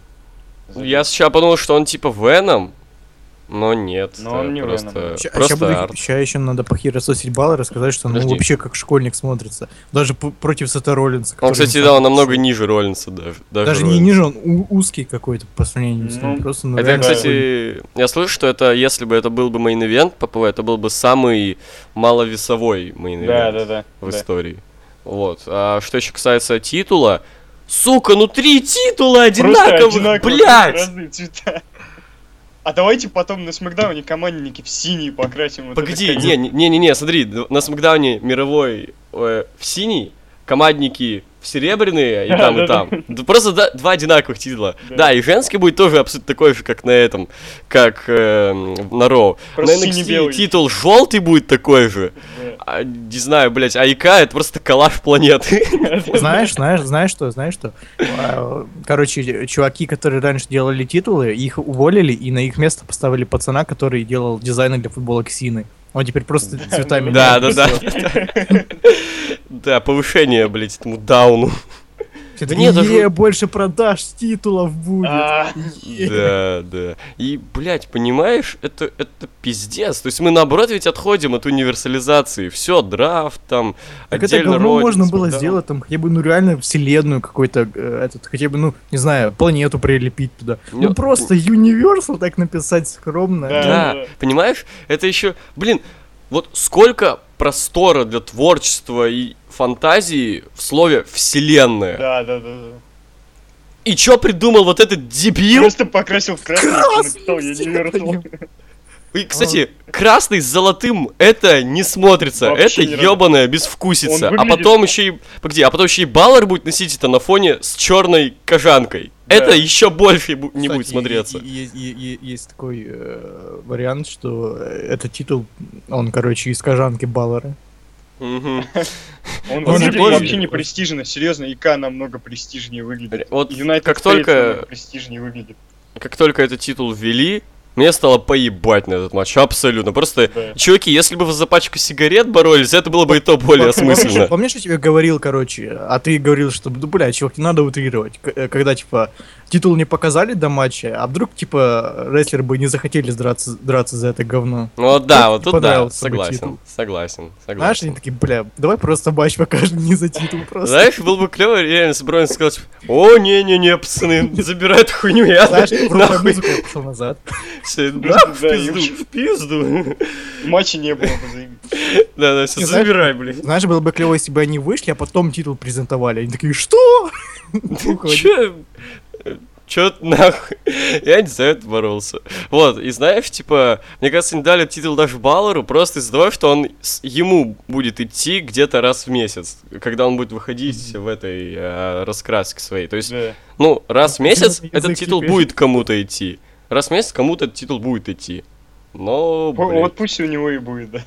A: Я сначала подумал, что он типа Веном, но нет.
B: Но
A: это
B: он не
A: просто,
B: Веном.
C: Ща,
A: просто арт.
C: еще надо похерососить баллы, рассказать, что ну
A: Подожди.
C: вообще как школьник смотрится. Даже п- против Сета Роллинса.
A: Он,
C: который
A: кстати,
C: не
A: да, он
C: сам-
A: намного ниже Роллинса даже.
C: Даже не
A: Роллинса.
C: ниже, он у- узкий какой-то по сравнению с ним.
B: Ну,
C: Просто, ну,
A: Это,
C: реально школьник.
A: кстати, я слышу, что это, если бы это был бы мейн-ивент по ПВ, это был бы самый маловесовой
B: Да,
A: мейн-ивент
B: да, да.
A: в
B: да.
A: истории. Вот. А что еще касается титула, сука, ну три титула
B: Просто
A: одинаковых,
B: одинаковые,
A: блядь!
B: Разные цвета. А давайте потом на Смакдауне командники в синий покрасим. вот
A: Погоди,
B: это
A: не, не, не, не, не, смотри, на Смакдауне мировой э, в синий, командники в серебряные и
B: Да,
A: там, и
B: да,
A: там.
B: да.
A: Да Просто да- два одинаковых титла.
B: Да.
A: Да, и женский будет тоже абсолютно такой же, как на этом, как э, на Роу. На
B: Просто
A: NXT
B: синий-белый.
A: титул желтый будет такой же.
B: как-
A: А, не знаю, блядь, АИК это просто коллаж планеты.
C: Знаешь, знаешь, знаешь что, знаешь что? А, Короче, чуваки, которые раньше делали титулы, их уволили и на их место поставили пацана, который делал дизайны для футболок Сины. Он теперь просто цветами.
A: Да, да, да. Да, повышение, блядь, этому дауну.
C: Все
A: Да
C: такие,
A: нет, даже-
C: «Е, больше продаж титулов будет.
B: А,
A: Да, да. И, блядь, понимаешь, это, это пиздец. То есть мы, наоборот, ведь отходим от универсализации. Все, драфт, там,
C: Так это
A: отдельно
C: говно
A: Родинс,
C: можно было
A: да.
C: сделать там хотя бы, ну реально вселенную какой-то, э, этот, хотя бы, ну, не знаю, планету прилепить туда.
A: Ну,
C: Ну просто Universal так написать скромно.
B: Да.
A: Да, понимаешь, это еще, блин, вот сколько простора для творчества и фантазии в слове «вселенная».
B: Да, да, да, да.
A: И чё придумал вот этот дебил?
B: Просто покрасил в красный, а
C: Красный,
B: написал
C: я
B: Universal.
A: И, кстати, красный с золотым это не смотрится.
B: Вообще
A: это
B: не
A: ебаная безвкусица.
B: Он
A: А
B: выглядит-
A: потом еще и. Погоди, а потом еще и Баллар будет носить это на фоне с черной кожанкой.
B: Да.
A: Это еще больше бу- не будет
C: Кстати,
A: смотреться.
C: и- и- и- и- и- Есть такой э, вариант, что э, этот титул, он, короче, из кожанки Баллара.
A: Мгм.
B: Он
A: Он
B: выглядит
A: прикольный.
B: вообще не престижно, серьезно, ИК намного престижнее выглядит.
A: Вот
B: United
A: как
B: States
A: только-
B: намного престижнее выглядит.
A: Как только этот титул ввели, мне стало поебать на этот матч. Абсолютно. Просто.
B: Да.
A: Чуваки, если бы вы за пачку сигарет боролись, это было бы и то более осмысленно.
C: Помнишь, я тебе говорил, короче, а ты говорил, что, ну, бля, чувак, не надо утрировать. К- э, Когда, типа, титул не показали до матча, а вдруг, типа, рестлеры бы не захотели драться, драться за это говно.
A: Ну вот да, вот
C: Не
A: тут да,
C: понравился бы
A: согласен,
C: титул.
A: согласен,
C: Знаешь, они
A: согласен.
C: такие, бля, давай просто матч покажем не за титул просто.
A: Знаешь, было бы клево реально с Бройном сказать, типа, о, не-не-не, пацаны, забирай эту хуйню, я
C: Знаешь, громко
A: нахуй
C: музыку, я пошел назад.
A: Все,
B: Ну,
A: да,
B: да,
A: в пизду,
B: ёпш.
A: в пизду.
B: Матча не было бы заебись.
A: Да, да, все,
C: Не знаю.
A: забирай, блин.
C: Знаешь, было бы клево, если бы они вышли, а потом титул презентовали. Они такие, что? Уходи.
A: Че? Че нахуй? Я не за это боролся. Вот, и знаешь, типа, мне кажется, не дали титул даже Балору просто из-за того, что он с- ему будет идти где-то раз в месяц, когда он будет выходить в этой э, раскраске своей. То есть,
B: Да.
A: ну, раз в месяц
C: Язык
A: этот
C: не
A: титул
C: пишет.
A: будет кому-то идти. Раз в месяц кому-то этот титул будет идти. Но,
B: О,
A: ну, блин,
B: Вот пусть у него и будет, да.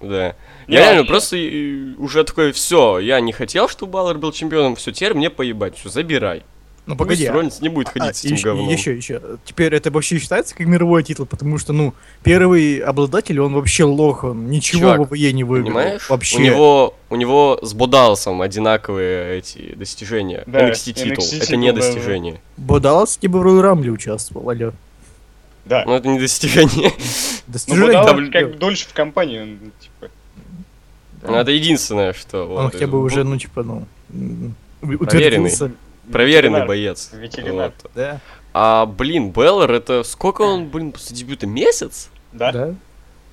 A: да.
B: Не,
A: Я
B: а
A: реально
B: что?
A: просто э, уже такой, все, я не хотел, чтобы Баллар был чемпионом, все, теперь мне поебать, все, забирай.
C: Ну, погоди.
A: Пусть
C: а-
A: Роллинс не будет ходить
C: а,
A: с этим
C: еще,
A: говном.
C: Еще, еще. Теперь это вообще считается как мировой титул, потому что, ну, первый обладатель, он вообще лох, он ничего
A: Чувак,
C: в ВВЕ не выиграл.
A: Понимаешь?
C: Вообще.
A: У него, у него с Бодалсом одинаковые эти достижения.
B: Да,
A: NXT титул.
B: NXT
A: это не
B: титул, да, да.
A: достижение.
C: Бодалас типа в Royal Rumble участвовал, алё.
B: Да.
A: Ну это не достижение.
B: Ну,
C: Достижение
B: Бодалов
C: WWE.
A: э,
B: как дольше в компании, он, типа,
A: Ну, Это единственное, что.
C: Он
A: вот,
C: хотя
A: это
C: бы
A: был
C: уже, ну, типа, ну, м,
A: Проверенный.
C: утвердился.
A: Проверенный
B: ветеринар.
A: боец.
B: Ветеринар.
A: Вот.
C: Да,
A: А, блин, Беллар, это сколько он, блин, после дебюта? Месяц?
B: Да.
C: да.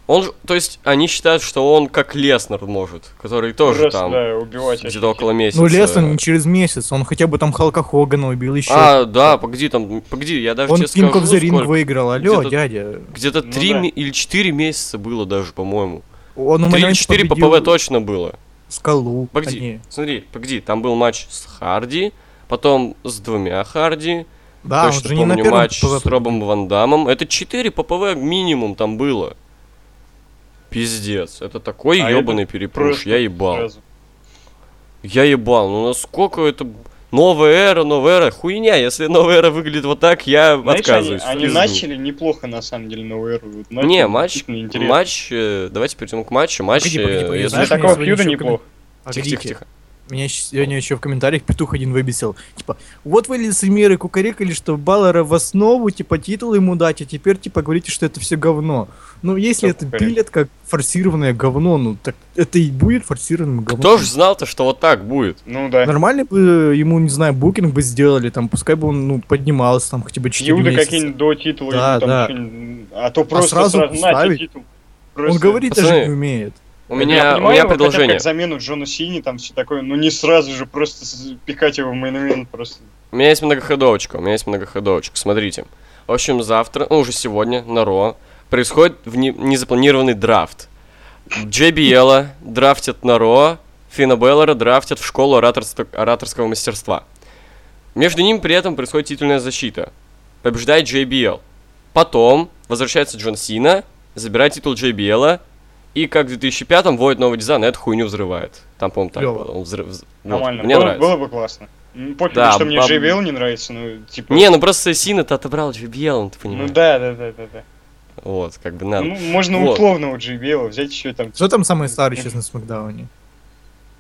A: Он же, то есть, они считают, что он как Леснер может, который тоже
B: Просто,
A: там
B: да, убивать.
A: где-то около месяца.
C: Ну, Леснер не через месяц, он хотя бы там Халка Хогана убил еще.
A: э, А, да, погоди, там, погоди, я даже
C: он
A: тебе
C: King
A: скажу,
C: of the Ring
A: сколько.
C: выиграл, алё,
A: Где-то-
C: дядя.
A: Где-то
B: Ну
A: три
B: да.
A: ме- или четыре месяца было даже, по-моему.
C: Он у
A: Три или
C: Мэнэнча
A: четыре по
C: Ну, победил
A: ПВ точно было.
C: Скалу.
A: Погоди,
C: а не-
A: смотри, погоди, там был матч с Харди, потом с двумя Харди,
C: Да, А, он
A: точно
C: же не на
A: помню
C: первом
A: матч
C: PvP.
A: с Робом Ван Дамом. Это 4 по ПВ минимум там было. Пиздец, это такой
B: А
A: ебаный перепруш,
B: просто
A: я ебал.
B: Сразу.
A: Я ебал, ну насколько это... Новая эра, новая эра, хуйня, если новая эра выглядит вот так, я
B: Знаешь, они,
A: отказываюсь. в
B: они
A: пизду.
B: начали неплохо, на самом деле, новую эру. Вот начали,
A: Не, матч,
B: действительно интересно.
A: матч, э, давайте перейдем к матчу, матч,
C: Погоди, погоди, погоди,
A: э, если-
B: Для
C: знаешь,
B: такого
C: мне сегодня
B: фьюда
C: еще
B: неплохо.
A: Тихо,
C: Погодите.
A: тихо, тихо.
C: Меня щ- сегодня еще в комментариях петух один выбесил. Типа, вот вы лицемеры кукарекали, что Баллера в основу, типа, титул ему дать, а теперь, типа, говорите, что это все говно. Ну, если
B: Кто
C: это
B: кукарекал?
C: пилят как форсированное говно, ну, так это и будет форсированным говном.
A: Кто же знал-то, что вот так будет?
B: Ну да.
C: Нормально бы э, ему, не знаю, букинг бы сделали, там, пускай бы он, ну, поднимался, там, хотя бы 4
B: Фьюды
C: месяца.
B: какие-нибудь до титула,
C: Да,
B: или там
C: да.
B: что-нибудь. а то просто
C: сразу
B: сразу, на тебе
C: ставить?
B: титул.
C: Он
B: Просто-
C: говорить даже
A: Пацаны,
C: не умеет.
A: У меня,
B: Э, Я
A: у
B: понимаю
A: меня
B: его, хотя
A: предложение.
B: Как замену Джона Сини, там все такое, ну не сразу же, просто с- пихать его в мейн просто.
A: У меня есть многоходовочка, у меня есть многоходовочка, смотрите. В общем, завтра, ну уже сегодня, на Ро, происходит в не- незапланированный драфт. JBL драфтят на Ро, Фина Беллера драфтят в школу ораторсто- ораторского мастерства. Между ними при этом происходит титульная защита. Побеждает JBL. Потом возвращается Джон Сина, забирает титул JBL, и как в 2005-м вводит новый дизайн, и эту хуйню взрывает. Там, по-моему, так
C: Клёво.
A: было. Он взрыв- вз- Ну, вот,
B: Нормально.
A: Мне
B: было,
A: нравится.
B: было бы классно. М, Пофиг,
A: Да,
B: что мне
A: баб-
B: JBL не нравится, ну типа.
A: Не, ну просто Сина-то отобрал JBL, ну, ты
B: ну
A: понимаешь.
B: да, да, да, да, да.
A: Вот, как бы надо.
B: Ну, можно
A: Вот.
B: условного JBL взять еще там
C: Что там самый старый сейчас на Смакдауне?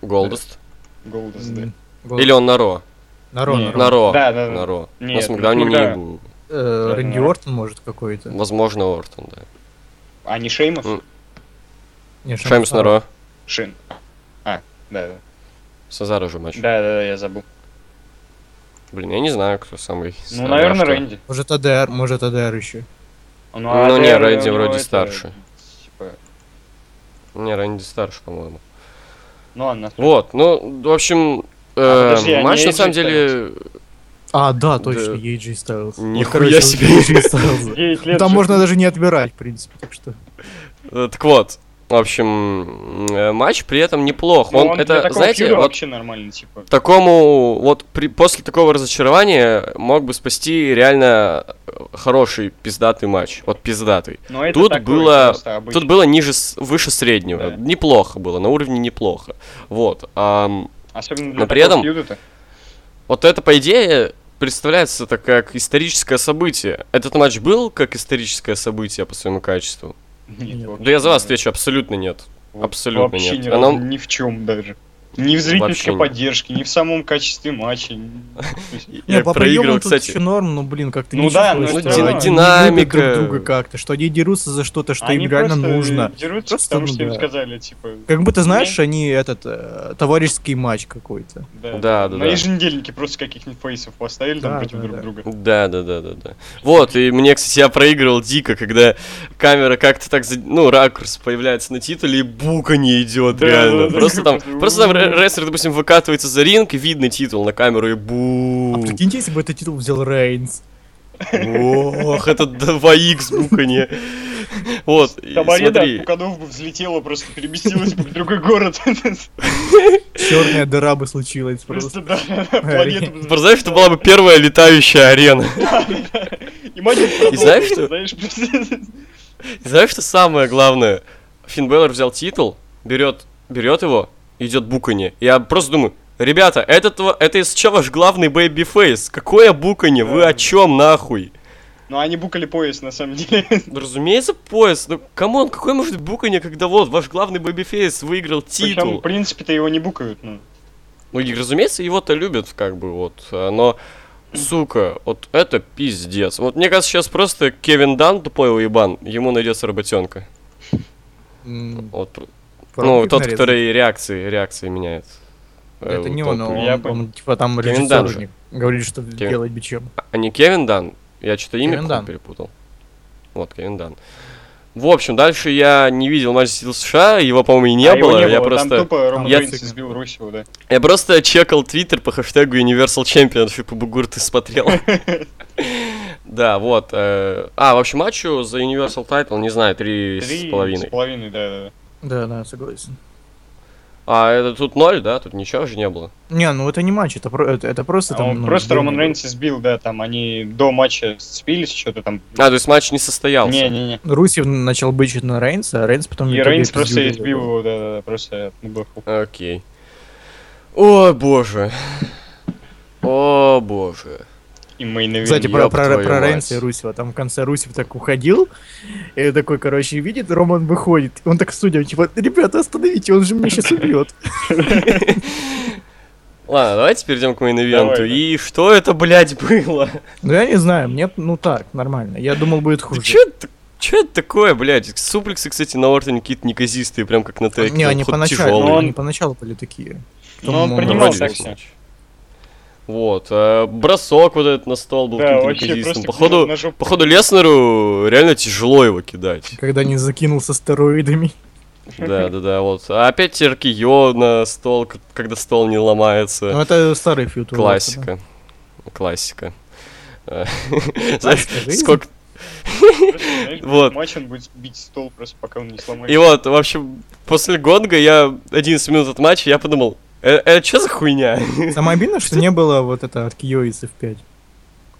A: Голдост.
B: Голдос, Ну, да.
C: М,
A: Или он на Ро?
C: Наро,
B: Не,
C: Наро.
A: На Ро.
B: Да, да, да.
A: На Ро.
B: Нет,
A: На Смакдауне
B: ну,
A: не
B: да.
A: был.
C: Э,
B: Да,
C: Рэнди
B: Наро.
C: Ортон, может, какой-то.
A: Возможно, Ортон, да.
B: А не Шеймов?
A: М.
C: Не,
A: Шаймс на Ро.
B: Шин. А, да, да.
A: Сазара же матч.
B: Да, да, да, я забыл.
A: Блин, я не знаю, кто самый.
B: Ну,
A: старый,
B: наверное,
A: а что.
B: Рэнди.
C: Может, АДР, может, АДР еще.
B: Ну,
A: Ну, не,
B: Дэйв,
A: Рэнди
B: у него
A: вроде
B: это,
A: старше.
B: типа,
A: Не, Рэнди старше, по-моему.
B: Ну, ладно.
A: Вот, ну, в общем, э,
B: А, подожди, а не
A: матч на
B: AJ
A: самом деле...
C: А, да,
A: Да.
C: точно, AJ Styles.
A: Нихуя
C: Вот, короче,
A: себе.
C: AJ Styles.
B: 9 лет
C: Ну, Там
B: же.
C: можно даже не отбирать, в принципе, так что.
A: э, Так вот, в общем, э, матч при этом неплох.
B: Ну,
A: Он,
B: он для
A: это,
B: такого
A: знаете,
B: фьюда
A: вот
B: вообще нормально, типа.
A: такому вот при, после такого разочарования мог бы спасти реально э, хороший пиздатый матч. Вот пиздатый.
B: Но это
A: Тут
B: такое
A: было-
B: просто обычное.
A: Тут было ниже с- выше среднего.
B: Да.
A: Неплохо было, на уровне неплохо. Вот. ам,
B: Особенно для
A: но при
B: такого
A: этом-
B: фьюда-то.
A: вот это, по идее, представляется это как историческое событие. Этот матч был как историческое событие по своему качеству?
B: Нет,
C: Да
B: вообще
A: Да я за вас
B: нет.
A: отвечу, абсолютно нет.
B: Вот
A: абсолютно
B: вообще
A: нет.
B: ни разу
A: Оно-
B: ни в чем даже. Ни в
A: Вообще
B: зрительской
A: не.
B: поддержке, ни в самом качестве матча.
A: Я проигрывал,
C: по приёмам тут
A: кстати.
C: еще норм, ну блин, как-то
B: Ну
C: не
B: да,
C: чувствуешь,
B: ну
C: что
B: это
C: они
B: равно.
C: любят
A: Динамика.
C: друг друга как-то, что они дерутся за что-то, что
B: Они
C: им реально
B: просто
C: нужно.
B: Дерутся,
C: Просто,
B: потому
C: ну
B: что им
C: да.
B: сказали, типа,
C: Как будто, знаешь, они этот э, товарищеский матч какой-то.
B: да.
A: Да, да,
B: На
A: да.
B: еженедельнике просто каких-нибудь фейсов поставили там
C: Да,
B: против
C: да,
B: друг
C: да.
B: друга.
A: Да, да, да, да, да. Вот, и мне, кстати, я проигрывал дико, когда камера как-то так, за- ну, ракурс появляется на титуле, и бука не идет,
B: Да,
A: реально.
B: да, да,
A: просто там,
B: круто.
A: просто там ре- рестлер, допустим, выкатывается за ринг, и видно титул на камеру, и бу.
B: Ну.
C: А прикиньте, если бы этот титул взял Рейнс.
A: Ох, это 2х буканье. а Вот, и
B: Табареда от
A: смотри.
B: пуканов бы взлетела, просто переместилась бы в другой город.
C: Черная дыра бы случилась просто. Э,
B: Просто, да, планету бы
A: Просто знаешь, это была бы первая летающая арена.
B: И матч бы
A: И знаешь,
B: продолжился,
A: что-
B: знаешь, просто-
A: И Знаешь, что самое главное? Финн Бэлор взял титул, берет, берет его, идет буканье. Я просто думаю, ребята, это, тво- это из чего ваш главный бэйби фейс? Какое буканье? Вы
B: Да.
A: о чем нахуй?
B: Ну, они букали пояс, на самом деле.
A: Ну, Разумеется, пояс. Ну, камон, какое может быть буканье, когда вот ваш главный бэйби фейс выиграл
B: Причем,
A: титул?
B: в принципе-то его не букают, ну.
A: Ну, и, разумеется, его-то любят, как бы, вот. а, Но, сука, вот это пиздец. Вот мне кажется, сейчас просто Кевин Дан тупой уебан, ему найдется работенка.
C: М,
A: Вот, пр-
C: пора
A: ну,
C: их
A: тот,
C: нарезать.
A: который реакции, реакции меняет. Э,
C: Это не
A: вот
C: он,
A: он.
C: он,
B: Я
C: он,
B: понял.
C: типа там
A: Кевин
C: режиссер
A: Дан же.
C: же говорит, что
A: Кевин-
C: делать бичем.
A: А не Кевин Дан? Я что-то имя
C: Кевин
A: какое-то
C: Дан.
A: перепутал. Вот, Кевин Дан. В общем, дальше я не видел матч сил США, его, по-моему, и не
B: А его
A: было. я
B: было,
A: просто...
B: Там тупо Роман
A: Я-
B: Рейнс избил Русева, да.
A: Я просто чекал твиттер по хэштегу Universal Championship, и бугур ты смотрел. Да, вот. э, А, в общем, матчу за Universal Title, не знаю, три
B: Три
A: с половиной.
B: С половиной, да, да, да.
C: Да, да, согласен.
A: А, это тут ноль, да? Тут ничего же не было.
C: Не, ну это не матч, это, про- это, это просто
B: А
C: там...
B: он
C: ну,
B: просто
C: разбил.
B: Роман Рейнс избил, да, там они до матча спились, что-то там.
A: А, то есть матч не состоялся.
B: Не-не-не.
C: Русев начал бычить на Рейнса, а Рейнс потом... в
B: И
C: итоге
B: Рейнс
C: пиздюль
B: просто
C: его.
B: избил его, да, да, да, просто отмудохал.
A: Окей. О, боже. О, боже.
B: И мейн
C: Кстати,
A: Ёб
C: про, про,
A: твою
C: про
A: мать.
C: Рейнса и Русева. Там в конце Русев так уходил, и такой, короче, видит, Роман выходит. Он так судя, типа, ребята, остановите, он же меня сейчас убьет.
A: Ладно, давайте перейдем к мейн-ивенту.
B: Давай, да.
A: И что это, блядь, было?
C: Ну я не знаю, мне, ну так, нормально. Я думал, будет хуже.
A: Че это чё это такое, блядь? Суплексы, кстати, на Ортоне какие-то неказистые, прям как на треке.
C: не,
A: там
C: они
A: ход
C: поначалу,
A: тяжёлый.
B: Ну, он-
C: они поначалу были такие.
B: Ну, он
C: Потом,
A: Ну,
B: принимал
A: вроде
B: так
A: был
B: все.
A: случай. Вот, э, бросок вот этот на стол был
B: Да,
A: каким-то
B: вообще
A: неказистым.
B: просто
A: Походу,
B: на жопу.
A: походу Леснеру реально тяжело его кидать.
C: Когда не закинулся стероидами.
A: Да, да, да, вот. А опять теркио на стол, к- когда стол не ломается.
C: Ну это старый фьют. у Лока,
A: Классика. Классика. Э, Знаешь,
C: жизнь.
A: сколько...
B: Знаешь,
A: Вот.
B: Матч он будет бить стол просто, пока он не сломает.
A: И вот, в общем, после гонга я 11 минут от матча, я подумал, «Э, это что за хуйня?
C: да. Самое обидное, что не было вот это от Кио из F5.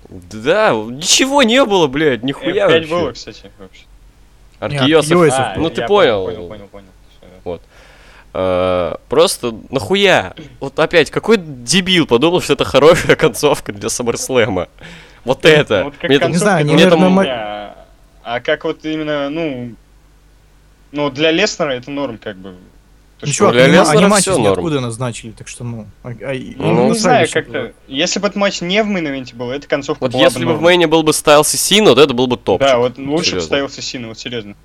A: Да, ничего не было, блядь, нихуя
B: F5
A: вообще.
B: было, кстати, вообще.
A: Аркиос, F-
C: Аркиос, А,
A: ну ты
B: я
A: понял.
B: Понял, понял, понял. Всё, да.
A: Э, Просто нахуя? Вот опять, какой дебил подумал, что это хорошая концовка для Саммерслэма? Вот это.
B: Ну, вот как
A: Мне там-
C: Не
B: концовка,
C: знаю, они,
B: это
A: мне там-
C: наверное, ма-
B: А а как вот именно, ну, ну для Леснера это норм, как бы. То,
C: Ну
B: что-
C: чё,
A: для
C: они,
A: Леснера
C: они матч
A: всё норм.
C: ниоткуда назначили, так что ну... а- а- и-
A: Ну,
B: Ну, не
C: насрали
B: знаю,
C: всё было.
B: как-то. Если бы этот матч не в мейн был, эта концовка
A: Вот
B: была
A: если бы
B: норм.
A: в мейне был бы Стайлс и Син, вот это был бы топ.
B: Да, вот лучше бы
A: Серьезно.
B: ставился Сина, вот серьезно.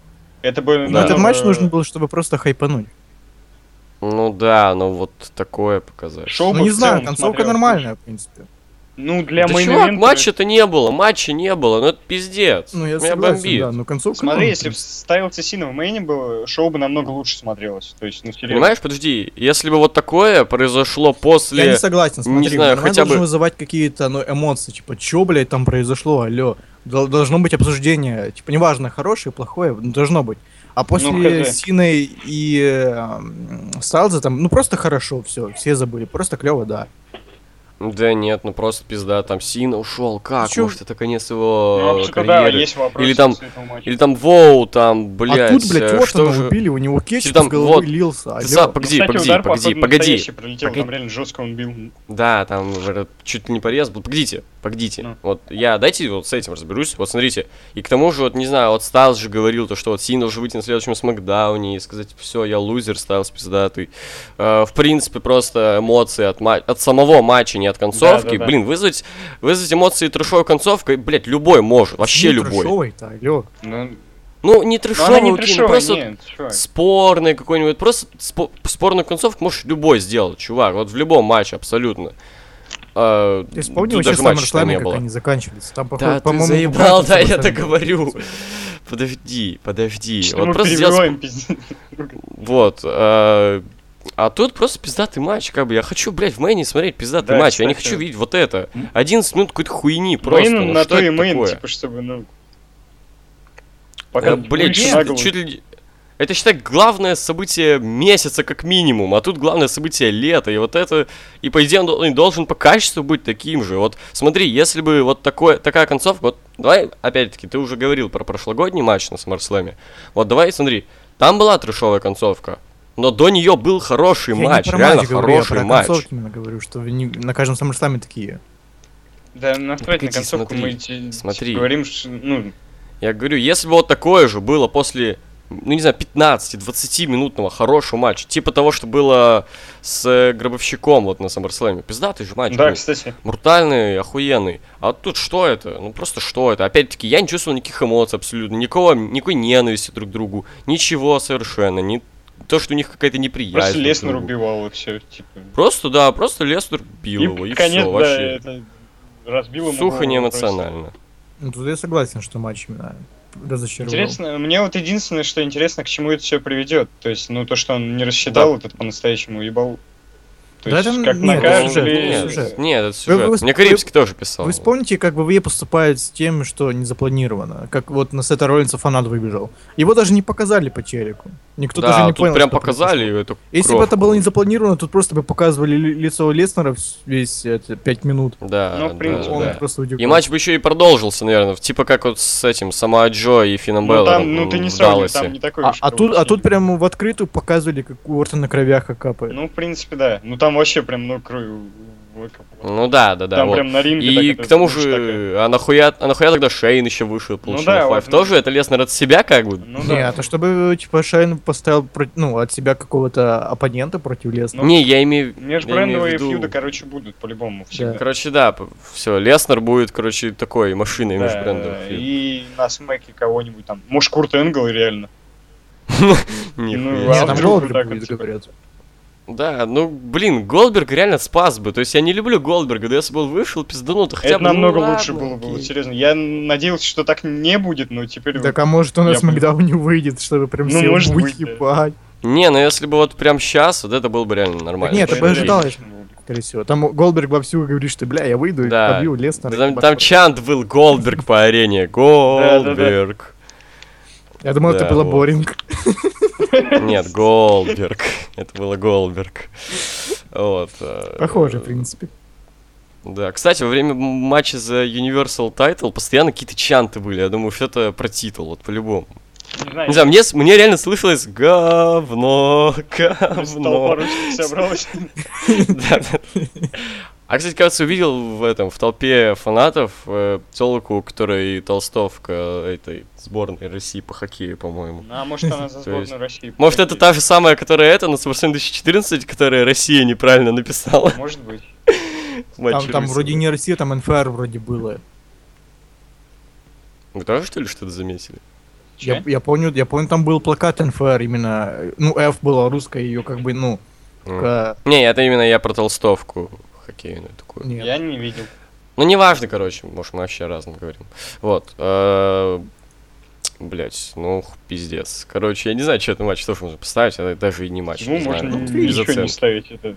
B: Это бы...
C: Ну
A: Да.
C: этот
B: намного-
C: матч нужен был, чтобы просто хайпануть.
A: Ну да, ну вот такое показать.
B: Шоу бы
C: Ну не
B: в
C: знаю,
B: целом
C: концовка
B: смотрелось
C: нормальная, в принципе.
B: лучше. Ну, для
A: да
B: мейн
A: чувак, матча-то не было, матча не было, ну это пиздец.
C: Ну я
A: Меня
C: согласен,
A: бомбит.
C: да, но концовка...
B: Смотри,
C: ну,
B: если бы ставился Сина в мейне было, шоу бы намного лучше смотрелось. То есть, ну, серьезно.
A: Понимаешь, подожди, если бы вот такое произошло
C: Я
A: после...
C: не согласен,
A: не
C: смотри,
A: знаю,
C: она
A: хотя
C: должна
A: бы-
C: вызывать какие-то ну, эмоции, типа, чё, блядь, там произошло, алё. Дол- Должно быть обсуждение, типа, неважно, хорошее, плохое, ну, должно быть. А после
B: Ну, хз.
C: Сины и эм, э, м, Стайлза там, ну, просто хорошо, все, все забыли, просто клево, да.
A: Да нет, ну просто пизда, там Сина ушел, как?
C: Чё?
A: Может, это конец его э,
B: Ну,
A: карьеры?
B: вообще-то, да, есть вопрос
A: Или там-
B: после этого матча.
A: Или там Воу, там, блядь,
C: а тут, блядь,
A: э,
C: вот Ну,
A: что
C: она,
A: же...
C: убили, у него кетчуп
A: там
C: с головы
A: вот-
C: лился.
A: Ты
C: алё.
A: сам, погоди,
B: Ну, Кстати,
A: погоди,
B: удар
A: погоди,
B: походу
A: погоди.
B: настоящий прилетел,
A: Погоди. Ну,
B: там реально жестко он бил.
A: Да, там э, чуть ли не порез был. Погодите, погодите.
B: Ну.
A: Вот я дайте вот с этим разберусь. Вот смотрите. И к тому же, вот не знаю, вот Стайлс же говорил, то, что вот Син должен выйти на следующем смакдауне и сказать, все, я лузер, Стайлс пиздатый. Э, в принципе, просто эмоции от, ма- от самого матча, не от концовки.
B: да.
A: Блин, вызвать, вызвать эмоции трэшовой концовкой, блядь, любой может. Вообще
C: Не
A: любой.
C: трэшовый-то, алё.
B: Ну,
A: Ну, не
B: ну,
A: трэшовый,
B: она не
A: окей, ну,
B: трешовая,
A: просто вот
B: нет, чувак.
A: спорный какой-нибудь. Просто спо- спорную концовку можешь любой сделать, чувак. Вот в любом матче абсолютно. А,
C: Ты вспомнил
A: тут
C: вообще
A: даже матча-то
C: SummerSlam,
A: не
C: как
A: было.
C: они заканчивались? Там, походу,
A: Да, ты
C: по-моему,
A: заебал,
C: Брайтон
A: да, я
C: SummerSlam.
A: так говорю. Подожди, подожди.
B: Что
A: Вот
B: мы
A: просто сделать
B: перебиваем, пиздец.
A: сп- Вот. А а тут просто пиздатый матч, как бы. Я хочу, блядь, в мейне смотреть пиздатый
B: Да,
A: матч. Я не
B: кстати.
A: хочу видеть вот это. 11 минут какой-то хуйни просто.
B: Мейн
A: ну
B: на
A: что
B: то и
A: это
B: мейн,
A: такое?
B: типа, чтобы, ну...
A: Э,
B: Пока
A: Блин,
B: выше
A: чуть-
B: на голову.
A: чуть ли... не- Это, считай, главное событие месяца как минимум, а тут главное событие лета, и вот это... И, по идее, он дол- он должен по качеству быть таким же. Вот смотри, если бы вот такое, такая концовка... Вот давай, опять-таки, ты уже говорил про прошлогодний матч на Смарслэме. Вот давай, смотри, там была трешовая концовка, но до нее был хороший
C: Я
A: матч,
C: не про
A: реально
C: матч говорю, я
A: хороший
C: про
A: матч.
C: концовки именно говорю, что не- на каждом SummerSlam такие.
B: Да, насрать на
A: Ну, погоди,
B: концовку
A: смотри,
B: мы те-
A: смотри.
B: говорим, что, ну,
A: Я говорю, если бы вот такое же было после, ну не знаю, 15-20 минутного хорошего матча, типа того, что было с э, Гробовщиком вот на Саммерслэме, пиздатый же матч
B: да,
A: был.
B: кстати,
A: Брутальный, охуенный. А вот тут что это? Ну просто что это? Опять-таки, я не чувствовал никаких эмоций абсолютно, никакого, никакой ненависти друг к другу, ничего совершенно, не то, что у них какая-то неприязнь.
B: просто
A: друг к
B: Леснер
A: другу.
B: убивал и все, типа.
A: Просто, да, просто Леснер бил его, и
B: конец,
A: все,
B: да,
A: вообще.
B: это разбил ему
A: Сухо
B: голову
A: неэмоционально.
C: Ну, тут я согласен, что матч именно
B: просто.
C: разочаровал.
B: Интересно, мне вот единственное, что интересно, к чему это все приведет. То есть, ну, то, что он не рассчитал,
A: Да.
B: этот по-настоящему уебал. То
C: Да
B: есть,
C: это-
B: как
C: нет, это
B: накажут
C: сюжет,
B: или-
C: это
A: Нет,
C: сюжет.
A: нет, это сюжет.
C: вы-
A: Мне Карибский тоже писал.
C: Вы вспомните, как ВВЕ поступает с тем, что не запланировано. Как вот на Сета Роллинса фанат выбежал. Его даже не показали по телеку. Никто
A: да,
C: даже не
A: тут
C: понял.
A: прям
C: что
A: показали
C: произошло.
A: эту
C: Если бы
A: кровь.
C: это было не запланировано, тут просто бы показывали ли- лицо Леснера вс- весь это, 5 минут.
A: Да,
B: Ну, в
A: да,
B: принципе,
C: Он
A: да.
C: просто удивлен.
A: И матч бы еще и продолжился, наверное, в- типа как вот с этим, сама Джо и Финном
B: Ну, там, ну, ты не сравнивай,
A: сравниваешь.
B: там не такой
C: А,
B: уж
C: а тут, а
B: кровососед.
C: тут прямо в открытую показывали, как Уортон на кровях как капает.
B: Ну, в принципе, да. Ну, там вообще прям, ну, кровь выкопала.
A: Ну да, да, да.
B: Там
A: вот.
B: прям на ринге
A: И
B: так это,
A: к тому
B: ну, такая.
A: же, а нахуя, а нахуя тогда Шейн еще вышел, получил
B: да,
A: High Five?
B: вот, ну.
A: Тоже это Леснер от себя как бы?
B: Ну, да.
C: Нет, а чтобы типа Шайн поставил про- ну, от себя какого-то оппонента против Леснера.
B: Ну,
A: не, я имею, я
B: Межбрендовые
A: имею в виду-
B: фьюды, короче, будут по-любому всегда.
A: Короче, да, все, Леснер будет, короче, такой машиной
B: Да,
A: межбрендовых.
B: И на смеке кого-нибудь там. Может, Курт Энгл реально.
A: Нихуя.
B: ну, а
C: Нет, там
B: вдруг
C: Голдберг
B: вот так вот,
C: будет,
B: типа.
C: говорят.
A: Да, ну, блин, Голдберг реально спас бы. То есть я не люблю Голдберга, да если бы он вышел, пизданул, то хотя
B: это
A: бы...
B: намного
A: ну,
B: лучше
A: ладно,
B: было бы, вот
A: окей.
B: серьезно. Я надеялся, что так не будет, но теперь... вот-
C: Так а может он на
B: Я бы-
C: Смакдауне выйдет, чтобы прям
B: Ну,
C: всех
B: может быть, да.
C: выебать.
A: Не, ну если бы вот прям сейчас, вот это было бы реально нормально.
C: нет, это
A: Окей.
C: бы ожидал.
B: Реально будет.
C: Скорее всего. Там Голдберг вовсю говорит, что бля, я выйду
A: Да.
C: и побью
A: Да
C: Леснера.
A: Там, там чант был Голдберг по арене. Голдберг.
C: Я думал,
A: Да,
C: это было
A: вот.
C: боринг.
A: Нет, Голдберг. Это было Голдберг. Вот. э,
C: Похоже, в принципе.
A: Да, кстати, во время м- матча за Universal Title постоянно какие-то чанты были. Я думаю, что это про титул, вот по-любому.
B: Не знаю,
A: Не знаю, мне, с- мне реально слышалось говно, ну,
B: если толпа
A: говно.
B: русских собралась.
A: Да, да. А, кстати, кажется, увидел в этом, в толпе фанатов э, тёлку, у которой толстовка этой сборной России по хоккею, по-моему.
B: А может, она за
A: То есть-
B: сборную России.
A: Может, это та же самая, которая это, на Смарсен 2014, которая Россия неправильно написала
B: Может быть.
A: в матче
C: Там, там
A: Руси.
C: вроде не Россия, там НФР вроде было.
A: Вы тоже, что ли, что-то заметили?
C: Я,
B: Че?
C: я помню, я помню, там был плакат НФР именно. э, Ну, F была русская, ее как бы, ну,
A: М.
C: к-
A: Не, это именно я про толстовку хоккейную такую.
C: нет.
B: Я не видел.
A: Ну, неважно, короче, может, мы вообще разным говорим. Вот. э, Блять, ну, х- пиздец. Короче, я не знаю, что это матч, тоже можно поставить, это даже и не матч.
B: Ему
A: не знаю,
B: можно
A: ну,
C: вот
B: ничего
A: без,
B: не
A: оценки,
B: ставить. Это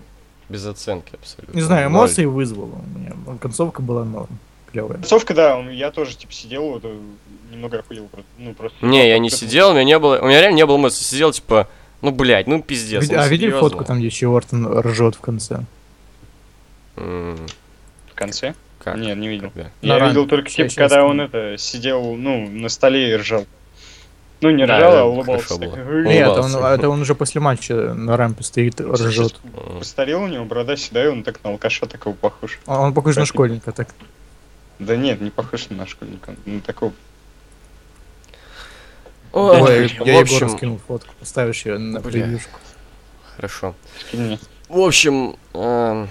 A: без оценки абсолютно. Ну,
C: Не знаю,
A: Ноль.
C: эмоции вызвало. у меня. Концовка была норм. Клевая.
B: Концовка, да, он- я тоже, типа, сидел, вот, э, немного охуел. просто, Ну, просто...
A: Не, я не сидел, у меня не было. У меня реально не было эмоций. Сидел, типа, ну, блять, ну пиздец.
C: Види-
A: ну,
C: а видели
A: серьёзно.
C: фотку там, где еще Уортон ржет в конце?
A: М,
B: в конце?
A: Как?
B: Нет, не видел.
A: Когда?
C: На
B: Я
C: ран.
B: видел только
C: Всё
B: тип,
C: очень
B: когда он
C: остальное.
B: это сидел, ну, на столе и ржал. Ну, не
A: Да,
B: ржал,
A: да,
B: а улыбался.
A: хорошо
B: так.
C: Нет,
A: Улыбался.
C: он, а, это он уже после матча на рампе стоит, ржет.
A: М.
B: Постарел у него борода сюда, и он так на алкаша такого похож.
C: Он, он похож на школьника так.
B: Да нет, не похож на школьника. Ну, такого.
A: Ой,
C: Ой,
A: в
C: я
A: общем,
C: Егору скинул фотку, поставишь ее на
A: Бля.
C: превьюшку.
A: Хорошо.
B: фигня.
A: В общем, эм,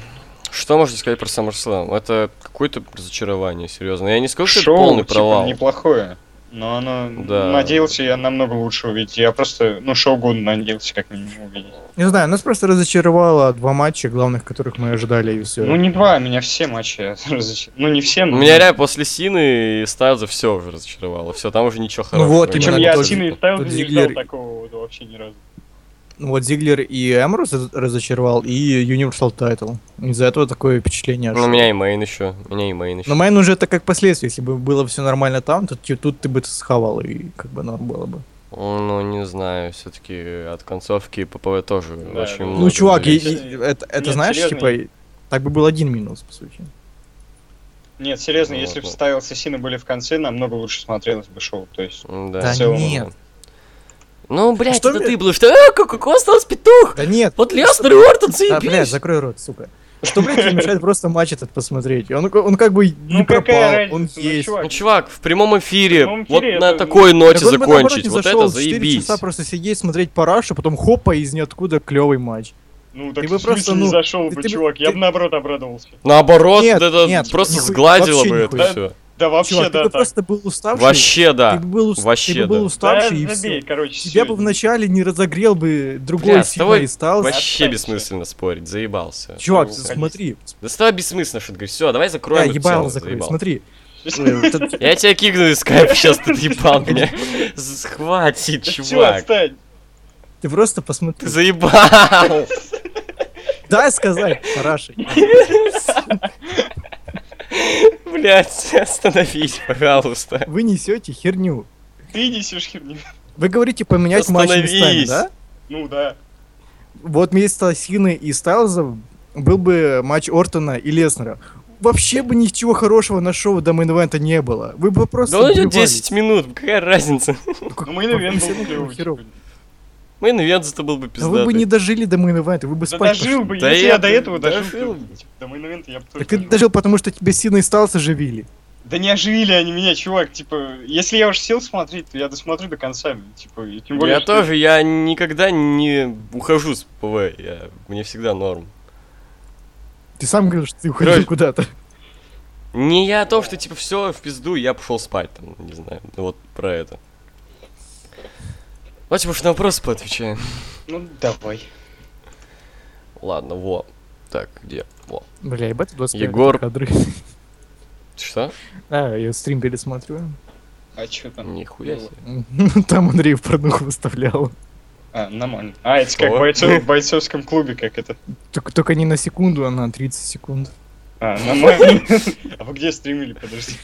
A: что можно сказать про SummerSlam? Это какое-то разочарование, серьезно. Я не скажу, что это
B: Шоу,
A: полный
B: типа,
A: провал.
B: неплохое. Но оно...
A: Да.
B: Надеялся я намного лучше увидеть. Я просто, ну, шоу года надеялся как минимум увидеть.
C: Не знаю, нас просто разочаровало два матча, главных которых мы ожидали, и все.
B: Ну, не два, меня все матчи разоч- Ну, не все, но...
A: Меня реально после Сины и Стайлза все уже разочаровало. Все, там уже ничего
C: Ну
A: хорошего.
C: вот,
A: не
B: Причем
C: именно
A: было.
B: я
C: тот-
B: от Сины и Стайлза
C: тот
B: не ждал
C: Зиглер-
B: такого вот вообще ни разу.
C: Ну, Вот Зиглер и Эмрус разочаровал, и Universal Title. Из-за этого такое впечатление.
A: Ну,
C: что-
A: меня и Мейн еще. Меня и Мейн еще.
C: Но Майн уже это как последствия. Если бы было все нормально там, то ти- тут ты бы это схавал, и как бы норм было бы.
A: Ну, не знаю, все-таки от концовки ППВ тоже
B: Да,
A: очень
B: да.
A: много.
C: Ну, чувак, и-
A: зависит.
C: и- это, это
B: Нет,
C: знаешь,
B: серьезно,
C: типа, и- так бы был один минус, по сути.
B: Нет, серьезно,
A: Ну,
B: если бы
A: ладно.
B: Стайлз и Сина были в конце, намного лучше смотрелось бы шоу. То есть,
A: Да,
C: Да
A: в целом,
C: нет.
A: да. Ну, блядь,
C: Что
A: это
C: мне-
A: ты был, что «Э, как как остался петух!
C: Да нет,
A: Вот Лестер и Ортон
C: да, блядь,
A: заебись!
C: закрой рот, сука. Что, блядь, тебе мешает просто матч этот посмотреть? Он, он как бы не
B: Ну, какая
C: пропал,
B: разница,
C: он
B: ну,
C: есть.
B: чувак,
A: Ну, чувак, в прямом эфире,
B: В прямом
A: вот
B: эфире
A: на
B: это-
A: такой
C: Так
A: ноте
C: он бы, наоборот,
A: закончить,
C: не
A: вот
C: зашел,
A: это
C: 4
A: заебись.
C: часа просто сидеть, смотреть парашу, потом хопа, из ниоткуда клевый матч.
B: ну, так
C: Ты бы
B: в смысле
C: просто,
B: не
C: ну,
B: зашел
C: ты-
B: бы,
C: ты бы-
B: чувак. Я
C: ты-
B: бы, наоборот, обрадовался.
A: Наоборот,
C: Нет,
A: это
C: нет,
A: просто
C: нихуя-
A: сгладило
C: вообще
A: бы это
C: нихуя.
A: все.
B: Да вообще,
C: Чувак,
B: да,
C: ты бы
B: так.
C: просто был уставший.
A: Вообще
C: Ты
A: да.
C: бы был, ус-
A: Вообще,
C: ты бы был
A: да.
C: уставший и
B: да, забей,
C: все.
B: короче.
C: Тебя бы
B: серьезно.
C: вначале не разогрел бы другой
A: Бля, с
C: сильно
A: тобой
C: и стал.
A: Вообще
B: отстань,
A: бессмысленно спорить, заебался.
C: Чувак,
B: Ну,
C: ты смотри.
A: Да с тобой бессмысленно что-то говорить. Все, давай
C: Я
A: закроем эту
C: ебало
A: тему,
C: закрыл,
A: заебал.
C: смотри.
A: Я тебя кикну из скайпа, сейчас ты ебал меня. С- Хватит,
B: Да всё,
A: чувак.
B: отстань.
C: Ты просто посмотри.
A: Ты заебал.
C: Дай сказать, парашей.
A: Блять, остановись, пожалуйста.
C: Вы несете херню.
B: Ты несешь херню.
C: Вы говорите поменять матч местами,
A: Остановись.
C: да?
B: Ну да.
C: Вот вместо Сины и Стайлза был бы матч Ортона и Леснера. Вообще бы ничего хорошего на шоу до мейн-эвента не было. Вы бы просто
A: Да он идет
C: блевались.
A: 10 минут, какая разница.
B: Ну, мы на Вен был клёвый.
C: Херово.
B: типа.
A: Мейн ивент зато был бы
C: Да вы бы не
A: пиздатый.
C: дожили до мейн-эвента, вы бы
B: Да
C: спать
B: дожил
C: пошли.
B: бы,
A: Да
B: если
A: я
B: я до
A: бы
B: этого
A: дожил
B: дожил,
A: бы.
B: то, типа, до момента я бы
C: Так
B: тоже
C: ты
B: дожил.
C: дожил, потому что тебя Сина и Стайлза живили.
B: Да не оживили они меня, чувак, типа, если я уж сел смотреть, то я досмотрю до конца, типа, и тем более...
A: Я
B: что-
A: тоже, я никогда не ухожу с ПВ, я- мне всегда норм.
C: Ты сам говорил, что ты уходил
A: Короче,
C: куда-то.
A: Не я о том, что типа все в пизду, я пошел спать, там, не знаю, ну вот про это. Давайте, может, на вопросы поотвечаем.
B: Ну, давай.
A: Ладно, во. Так, где? Во.
C: Бля, ебать, тут 25
A: Егор.
C: кадры.
A: Что?
C: А, я стрим пересмотрю.
B: А чё там?
A: Нихуя себе.
C: Там Андрей порнуху выставлял.
B: А, нормально. А, это как
A: Что?
B: в бойцов- в бойцовском клубе, как это.
C: Только, только не на секунду, а на 30 секунд.
B: А, нормально. А вы где стримили, подожди?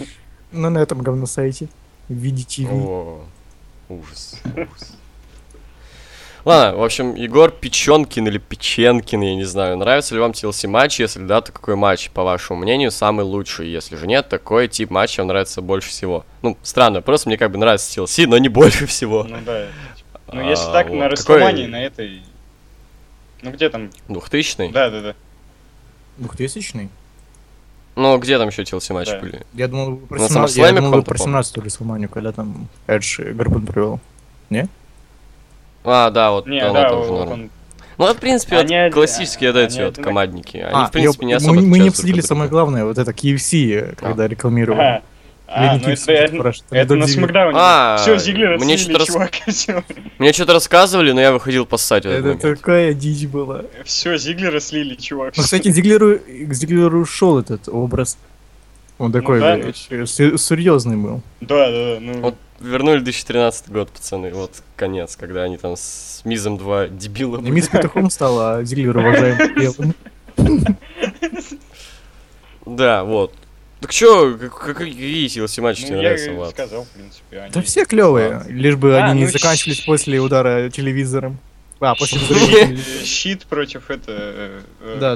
C: Но Ну, на этом говносайте. В виде ТВ.
A: О, ужас, ужас. Ладно, в общем, Егор Печенкин или Печенкин, я не знаю, нравится ли вам TLC матч, если да, то какой матч, по вашему мнению, самый лучший, если же нет, такой тип матча вам нравится больше всего. Ну, странно, просто мне как бы нравится TLC, но не больше всего.
B: Ну да. это, типа. Ну,
A: А,
B: если так, на
A: вот. Какой-
B: расставании, на этой... Ну, где там?
A: Двухтысячный?
B: Да, да, да.
C: Двухтысячный?
A: Ну, где там еще TLC матчи
B: Да.
A: были?
C: Я думал, вы про
A: На
C: 17
A: SummerSlam
C: я думал, вы
A: каком-то,
C: про
A: по-моему.
C: 17-ю Рисуманию, когда там Эдж и Горбун привел.
A: А, да, вот
B: Не,
A: оно
B: да,
A: там же
B: вот
A: норм.
B: он-
A: Ну, это, в принципе,
B: Они
A: вот
B: оди-
A: классические, да,
B: они
A: эти вот
B: одинаковые.
A: командники. Они,
C: А,
A: в принципе, не
C: я-
A: особо
C: мы, мы не
A: отличаются друг
C: обсудили
A: от
C: самое
A: друга.
C: главное, вот это KFC, когда рекламировали.
B: Ага. А, ну
C: Леонид
B: это,
C: Ильич,
B: я-
C: прошу,
B: это на
C: Зиглер.
B: Смакдауне.
A: А,
B: Все, Зиглер
A: мне
B: отслили,
A: что-то
B: чувак. Все.
A: Мне что-то рассказывали, но я выходил поссать в этот
C: Это
A: момент.
C: такая дичь была.
B: Все, Зиглера слили, чувак.
C: Ну, кстати, Зиглеру, к Зиглеру ушел этот образ. Он такой
B: Ну да.
C: э, ч- се- серьезный был.
B: Да, да, да. Ну,
A: Вот вернули 2013 год, пацаны, вот конец, когда они там с Мизом 2 дебила.
C: Не
A: были.
C: Мисс Петухом стал, а Зиглер уважаемый белым.
A: Да, вот. Так чё, как- как- какие TLC матчи тебе
B: ну я
A: нравятся,
B: и
A: Влад?
B: сказал, в принципе. а они-
C: Да все клевые, лишь бы
B: А,
C: они не
B: ну,
C: заканчивались
B: щ-
C: после удара телевизором. А, после
B: Щит против это...
C: Да.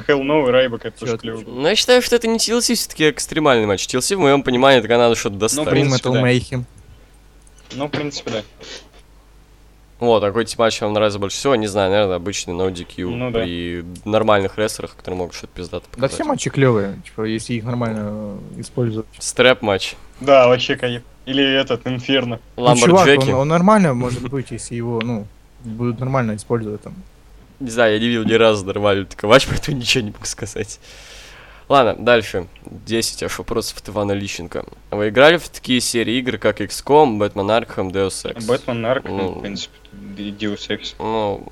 B: Да. Hell No и Райбок, это тоже
C: Чётко.
B: клево.
A: Ну, я считаю, что это не TLC, все-таки экстремальный матч. TLC, в моем понимании, тогда надо
B: Ну,
A: что-то доставить.
B: блин.
C: Metal
B: да.
C: Mayhem.
B: Ну, в принципе, да.
A: Вот, а какой тип матча вам нравится больше всего? Не знаю, наверное, обычный No DQ
B: Ну да.
A: при нормальных рестлерах, которые могут что-то пиздато
C: Да
A: показать.
C: все матчи клевые, типа, если их нормально э, использовать.
A: Стрэп матч.
B: Да, вообще кайф. Или этот, Инферно.
C: Ну, чувак,
A: Ламберджеки.
C: он, он нормально может быть, если его, ну, будут нормально использовать там.
A: Не знаю, я не видел ни разу нормальный такой матч, поэтому ничего не могу сказать. Ладно, дальше. 10 аж вопросов от Ивана Лищенко. Вы играли в такие серии игр, как XCOM, Batman Arkham, Deus Ex?
B: Бэтмен, Нарк,
A: Ну.
B: в принципе, и Deus Ex.
A: Ну,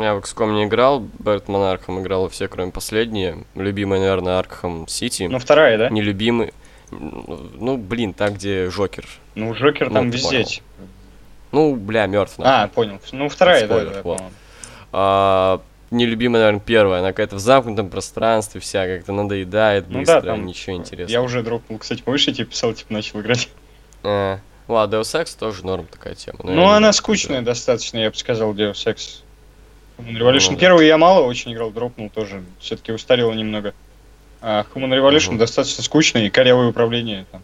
A: я в XCOM не играл, Batman Arkham играл все, кроме последние. Любимый, наверное, Arkham City.
B: Ну, вторая, да?
A: Нелюбимый... м, Ну, блин, там, где Жокер.
B: Ну, Джокер
A: Ну,
B: там
A: ты
B: везде.
A: понял.
B: типа.
A: Ну, бля, мертв.
B: А, понял. Ну, вторая, да,
A: Спойлер,
B: да,
A: вот.
B: по-моему.
A: А, нелюбимая, наверное, первая. Она какая-то в замкнутом пространстве вся как-то надоедает
B: Ну
A: быстро,
B: да, там
A: ничего
B: Я
A: интересного.
B: уже дропнул, кстати, помнишь, я тебе писал, типа, начал играть.
A: А, ладно, Deus Ex тоже норм такая тема. но я
B: Ну,
A: не
B: она
A: знаю,
B: скучная
A: как
B: достаточно, я бы сказал, Deus Ex. Human
A: Ну,
B: Revolution
A: да.
B: 1 я мало очень играл, дропнул тоже. Все-таки устарело немного. А Human Revolution
A: Мгм.
B: достаточно скучный и корявое управление. Там.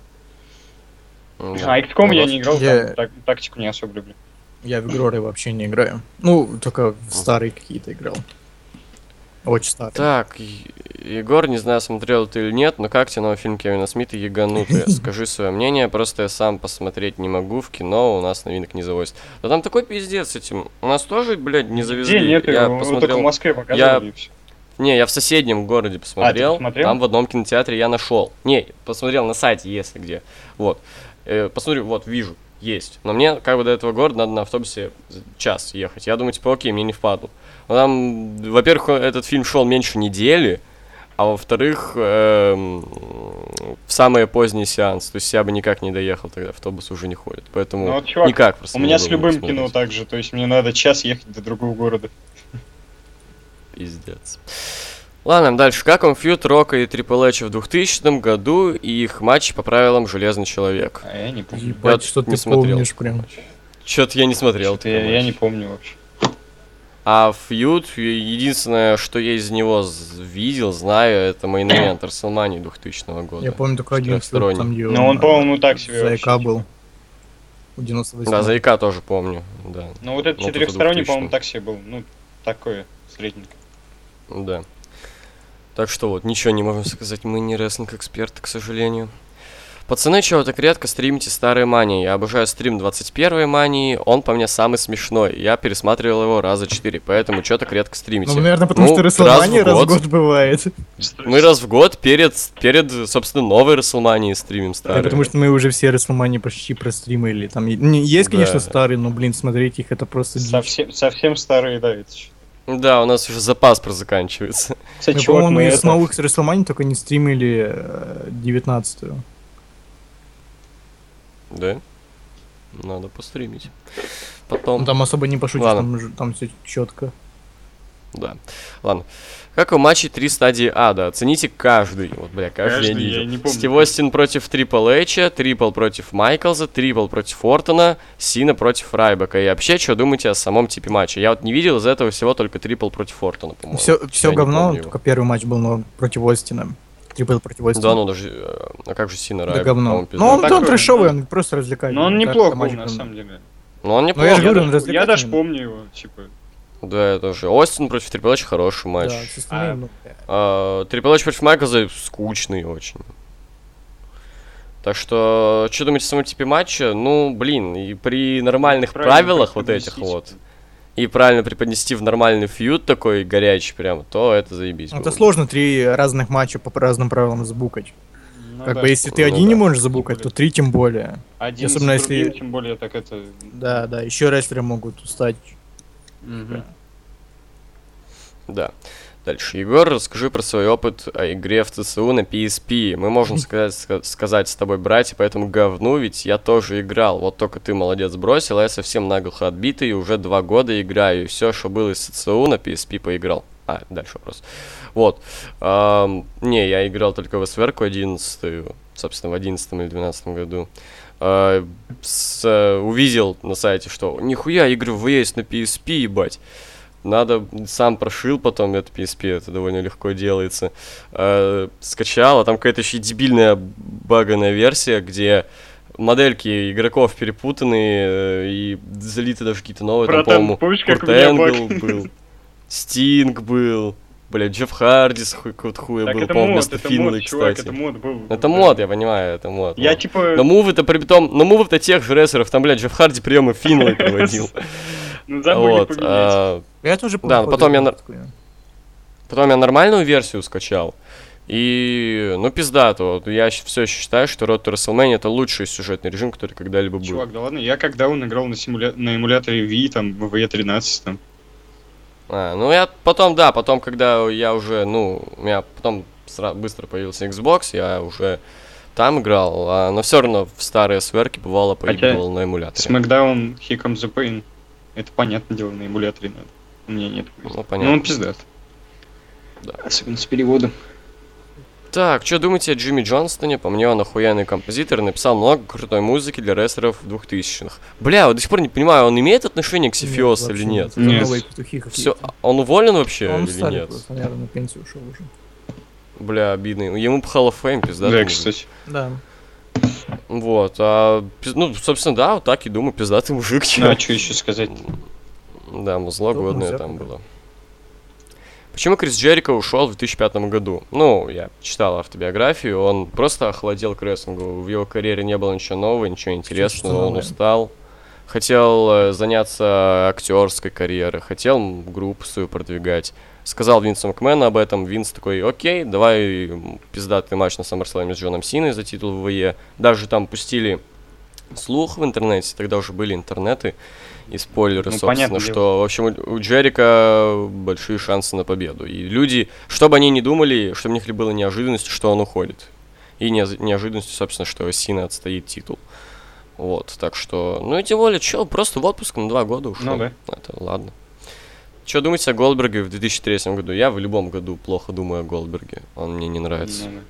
A: это. Ну,
B: А XCOM я
A: вот.
B: не играл,
C: Я-
B: там так- тактику не особо люблю.
C: Я в игроры вообще не играю. Ну, только в старые какие-то играл. Очень старые.
A: Так, Е- Егор, не знаю, смотрел ты или нет, но как тебе новый фильм Кевина Смита «Яганутые»? Скажи свое мнение, просто я сам посмотреть не могу, в кино у нас новинок не завозят. Да там такой пиздец с этим. У нас тоже, блядь, не завезли.
B: Где нет,
A: я
B: его Ну, только в
A: посмотрел...
B: Москве показывали и всё.
A: Не, я в соседнем городе посмотрел.
B: А, посмотрел?
A: там в одном кинотеатре я нашел. Не, посмотрел на сайте, если где. Вот. Э, посмотрю, вот, вижу, есть. Но мне как бы до этого города надо на автобусе за час ехать. Я думаю, типа, окей, мне не впаду. Но там, во-первых, этот фильм шел меньше недели, а во-вторых, эм, в самый поздний сеанс. То есть я бы никак не доехал тогда, автобус уже не ходит. Поэтому
B: Ну, вот, чувак,
A: никак просто
B: У
A: не
B: меня
A: было
B: с
A: бы
B: любым
A: посмотреть.
B: кино так же, то есть мне надо час ехать до другого города.
A: Пиздец. Ладно, дальше. Как он фьют Рока и Трипл Эйч в 2000 году и их матч по правилам Железный Человек?
B: А я не помню.
A: Я вот
C: Ебать, что
A: не
C: ты
A: смотрел.
C: помнишь прям.
A: Чё-то я не смотрел.
B: Что-то я,
A: такой
B: я
A: матч.
B: не помню вообще.
A: А фьют, е- единственное, что я из него з- видел, знаю, это мейн ивент WrestleMania 2000 года.
C: Я помню только один
A: Четырехсторонний.
C: фьюд, там, где
B: Но Ну, он,
C: а,
B: по-моему, так себе
C: Заика
B: вообще, типа.
C: был. У 98
A: Да, Зайка тоже помню, да.
B: Ну вот этот
A: Ну, вот это
B: четырехсторонний,
A: 2000.
B: по-моему, так себе был. Ну, такое, средненько.
A: Да. Так что вот, ничего не можем сказать, мы не рестлинг-эксперты, к сожалению. Пацаны, чего вы так редко стримите старые мании? Я обожаю стрим 21 мании, он по мне самый смешной. Я пересматривал его раза 4, поэтому чё так редко стримите?
C: Ну, наверное, потому что
A: раз в
C: Расселмания раз в
A: год.
C: год бывает.
A: Мы раз в год перед, перед собственно, новой WrestleMania стримим
C: Да,
A: старые.
C: потому что мы уже все Расселмании почти простримили. Там е- не, есть, конечно,
A: Да.
C: старые, но, блин, смотреть их это просто дичь.
B: Совсем, совсем старые, да, это ещё.
A: Да, у нас уже запас прозаканчивается.
B: Кстати,
C: Мы,
B: чувак,
C: по-моему,
B: мы
C: из
B: это-
C: новых Расселманий только не стримили э, 19-ю.
A: Да? Надо постримить.
C: Ну,
A: Потом.
C: Там особо не пошутишь,
A: Ладно.
C: там, же- там все четко.
A: Да. Ладно. Как у матчей три стадии ада? Оцените каждый. Вот, бля, каждый,
B: Каждый,
A: я не
B: я
A: видел.
B: не помню.
A: Стив Остин против Трипл Эйча, Трипл против Майклза, Трипл против Ортона, Сина против Райбека. И вообще, что думаете о самом типе матча? Я вот не видел из этого всего только Трипл против Ортона, по-моему.
C: Все, все
A: Ну, Я не
C: говно,
A: помню его.
C: только первый матч был но против Остина. Трипл против Остина.
A: Да, ну даже... э, А как же Сина Райбек?
C: Да говно.
A: по-моему, пиздец.
C: Ну, он,
B: пиздец.
C: он
B: Такой,
C: трэшовый,
B: да.
C: он просто развлекает.
B: Но ну, он
C: Так,
B: неплох
C: там
B: был,
C: матч
B: на
C: был.
B: самом деле.
A: Но он
C: Ну, я
A: неплохо.
C: же говорю, он
B: Я
C: развлекательный.
B: даже помню его, типа.
A: Да, это же. Остин против Трипл Эйча хороший
C: Да,
A: матч.
C: с остальными,
B: А.
C: ну,
A: А, Трипл Эйч против Майклза скучный очень. Так что, что думаете о самом типе матча? Ну, блин, и при нормальных
B: Ну, Правильно
A: правилах
B: как-то
A: вот этих
B: объяснить.
A: вот, и правильно преподнести в нормальный фьюд такой горячий прям, то это заебись.
C: ну,
A: было
C: Это
A: бы.
C: сложно три разных матча по разным правилам забукать.
B: Ну
C: Как
B: да.
C: бы если ты
A: Ну
C: один
A: да.
C: не можешь забукать,
B: более.
C: то три тем более.
B: Один
C: особенно
B: за
C: если-
B: другим, тем более так это...
C: Да, да, еще рестлеры могут устать.
B: Мгм.
A: Да. Дальше. Егор, расскажи про свой опыт о игре в ЦСУ на PSP. Мы можем сказать, ска- сказать с тобой, братья, поэтому говну, ведь я тоже играл. Вот только ты молодец бросил, а я совсем наглухо отбитый, и уже два года играю. И все, что было из ЦСУ, на PSP поиграл. А, дальше вопрос. Вот. Ам, не, я играл только в СВР 11, собственно, в 11 или 12 году. Э, с- э, увидел на сайте, что нихуя игры в есть на PSP, ебать. Надо, сам прошил потом это PSP, это довольно легко делается. Э, скачал, а там какая-то еще и дебильная баганая версия, где модельки игроков перепутаны э, и залиты даже какие-то новые, там,
B: Братан,
A: по-моему,
B: помнишь, как
A: Kurt
B: у меня
A: Angle
B: баг?
A: был, Стинг был, бля, Джефф Харди с хуй- какого-то хуя
B: Так
A: был,
B: это
A: по-моему,
B: мод,
A: вместо
B: это
A: Финлы,
B: мод, чувак,
A: кстати.
B: это мод был.
A: Это мод, я понимаю, это мод.
B: Я
A: мод.
B: типа,
A: Но мувы-то при том, но мувы-то тех же рестлеров, там, блядь, Джефф Харди приемы Финлы проводил.
B: ну, забыли
A: Вот,
B: поменять.
A: а,
C: Я тоже
A: Да,
C: походу,
A: потом я на-
C: такой,
A: Потом я нормальную версию скачал. И, ну, пизда, то вот я все еще считаю, что Road to WrestleMania это лучший сюжетный режим, который когда-либо был.
B: Чувак, да ладно, я когда он играл на, симуля... на эмуляторе Wii, там, в E13, там,
A: А, ну, я потом, да, потом, когда я уже, ну, у меня потом сра- быстро появился Xbox, я уже там играл, а, но все равно в старые сверки бывало
B: Хотя
A: поигрывал на эмуляторе.
B: Smackdown, Here Comes the Pain. Это понятное дело, на эмуляторе надо. У меня нет.
A: Ну,
B: Ну, он
A: понятно.
B: пиздат.
A: Да.
B: Особенно с переводом.
A: Так, что думаете о Джимми Джонстоне? По мне, он охуенный композитор, и написал много крутой музыки для рестлеров 2000-х. Бля, вот до сих пор не понимаю, он имеет отношение к Сифиос или
C: вообще
A: нет?
C: Это
B: Нет.
C: новые петухи
A: Все,
C: какие-то.
A: он уволен вообще
C: Он
A: или
C: старый
A: нет?
C: просто, наверное, на пенсию ушел уже.
A: Бля, обидно. Ему бы Hall of Fame, пизда.
B: Да,
A: ты мужик.
B: кстати.
C: Да.
A: Вот, а, пиз- ну, собственно, да, вот так и думаю, пиздатый мужик.
B: Ну, а
A: чё.
B: что еще сказать?
A: Да, музло
C: Ну,
A: годное
C: музяка,
A: там
C: да.
A: было. Почему Крис Джерико ушел в 2005 году? Ну, я читал автобиографию, он просто охладел к рестлингу. В его карьере не было ничего нового, ничего интересного, он
C: новое.
A: устал. Хотел э, заняться актерской карьерой, хотел м, группу свою продвигать. Сказал Винсу Макмену об этом, Винс такой, окей, давай м, пиздатый матч на SummerSlam с Джоном Синой за титул ВВЕ. Даже там пустили слух в интернете, тогда уже были интернеты и спойлеры,
B: Ну,
A: собственно,
B: понятное дело.
A: что, в общем, у у Джерика большие шансы на победу. И люди, чтобы они не думали, чтобы у них ли было неожиданностью, что он уходит. И неоз- неожиданностью, собственно, что Сина отстоит титул. Вот, так что, ну и тем более, чё, просто в отпуск на два года ушел.
B: Ну да.
A: Это ладно. Что думаете о Голдберге в 2003 году? Я в любом году плохо думаю о Голдберге. Он мне не нравится.
B: Не надо.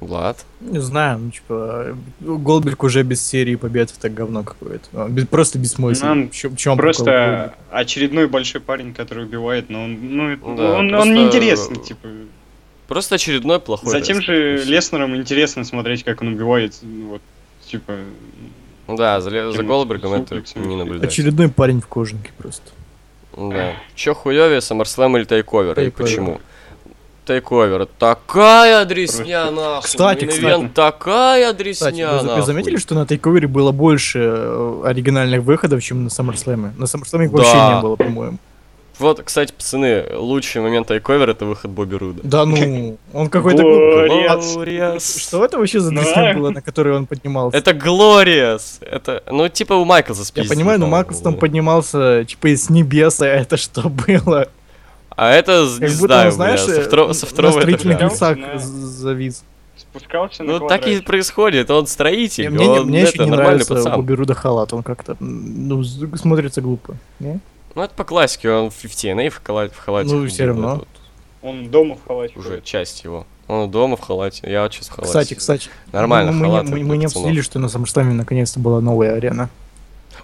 A: Влад?
C: Не знаю, ну типа, Голберг уже без серии побед, это говно какое-то. А, без- Просто бессмысленно.
B: Нам
C: Чем, чем
B: Просто очередной большой парень, который убивает, но он, ну, это-
A: Да,
B: он,
A: просто-
B: он неинтересный, типа.
A: Просто очередной плохой
B: Зачем
A: рестлер, и
B: же
A: всё.
B: Леснерам интересно смотреть, как он убивает, ну, вот, типа,
A: Ну Да, за, Ле- за
B: Чем-
A: Голдбергом
B: чем
A: это
B: фиксирует?
A: не наблюдается.
C: Очередной парень в кожанке просто.
A: Да. Че хуёвее, Саммерслэм или Тайковер? И
C: Тейковер.
A: почему? Тайковер. Такая дресня, нахуй.
C: Кстати,
A: Main
C: кстати.
A: Event такая
C: Кстати,
A: дресня,
C: вы, за- вы
A: нахуй.
C: заметили, что на Тейковере было больше э, оригинальных выходов, чем на Саммерслэме? На Саммерслэме их
A: Да.
C: вообще не было, по-моему.
A: Вот, кстати, пацаны, лучший момент Тайковера это выход Бобби Руда.
C: Да ну, он какой-то...
B: Бой.
C: глупый.
B: Глориас.
A: Глориас.
C: Что это вообще за
B: Ну,
C: дресня
B: а?
C: было, на который он поднимался?
A: Это Глориас. Это, ну, типа у Майклза
C: Я
A: спиздили,
C: понимаю, но
A: по-моему,
C: Маркус там
A: да.
C: поднимался, типа, с небес, а это что было?
A: А это, не
C: Как будто,
A: знаю,
C: он, знаешь,
A: бля, со,
C: э,
A: второго- со второго
C: на строительный
A: этажа.
B: этаж.
C: гусак
B: Да.
C: з- завис.
B: спускался на
A: Ну, так и
B: квадрате.
A: происходит. Он строитель.
C: мне не-
A: он,
C: мне
A: ну, это,
C: еще не
A: нормальный
C: нравится
A: пацан.
C: Бобби Руда халат, он как-то, м, ну, з- смотрится глупо. не?
A: Ну, это по классике, он в TNA в, кала- в халате.
C: Ну,
A: был,
C: всё равно.
A: вот,
B: Он дома в халате.
A: вот, уже часть его. Он дома в халате, я сейчас в халате.
C: Кстати, кстати,
A: Нормально,
C: мы, мы не-
A: халат
C: мы,
A: для
C: мы не
A: пацанов.
C: обсудили, что на Саммерслэме наконец-то была новая арена.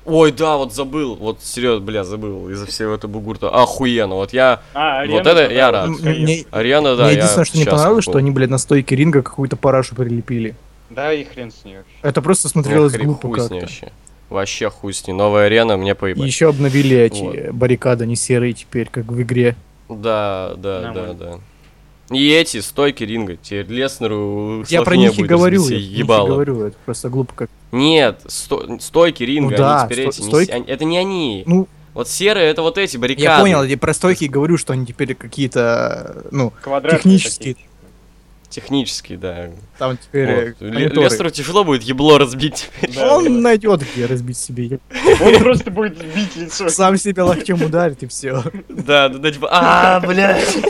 A: Ой, да, вот забыл, вот серьезно, бля, забыл из-за всего этого бугурта. Охуенно, вот я,
B: А,
A: Вот
B: арена,
A: это
B: да,
A: я
B: да,
A: рад.
B: вот, конечно.
C: Ну, Мне-
A: Ариана, Ну да,
C: Мне
A: я
C: единственное, что не
A: счастлив
C: понравилось, что
A: был.
C: они, блядь, на стойке ринга какую-то парашу прилепили.
B: Да, и хрен с ней вообще.
C: Это просто
A: Мне
C: смотрелось
A: хрен
C: глупо
A: хуй с ней
C: как-то.
A: вообще. Вообще хуй с ней, новая арена, мне
C: И
A: поебать.
C: еще обновили эти
A: Вот.
C: э, баррикады, не серые теперь, как в игре.
A: Да, да,
B: Нормально.
A: да, да. И эти стойки ринга, теперь Леснеру
C: Я про
A: сложнее
C: них и
A: будет
C: говорю,
A: разнести
C: я про них и
A: ебало.
C: говорю, это просто глупо как.
A: Нет, сто- стойки ринга,
C: Ну да,
A: они теперь
C: сто-
A: эти, не
C: стойки-
A: се- они- это не они.
C: Ну,
A: Вот серые, это вот эти баррикады.
C: Я понял, я про стойки и говорю, что они теперь какие-то, ну,
B: Квадратные
C: Технически.
B: такие.
A: Технические, да.
C: там теперь...
A: Вот.
C: э,
A: Ле-
C: мониторы.
A: Лестеру тяжело будет ебло разбить теперь.
B: Да,
C: Он
B: да.
C: найдет, где разбить себе.
B: Он просто будет бить лицо.
C: Сам себя локтем ударит и все.
A: Да, да, да, типа, а, блядь.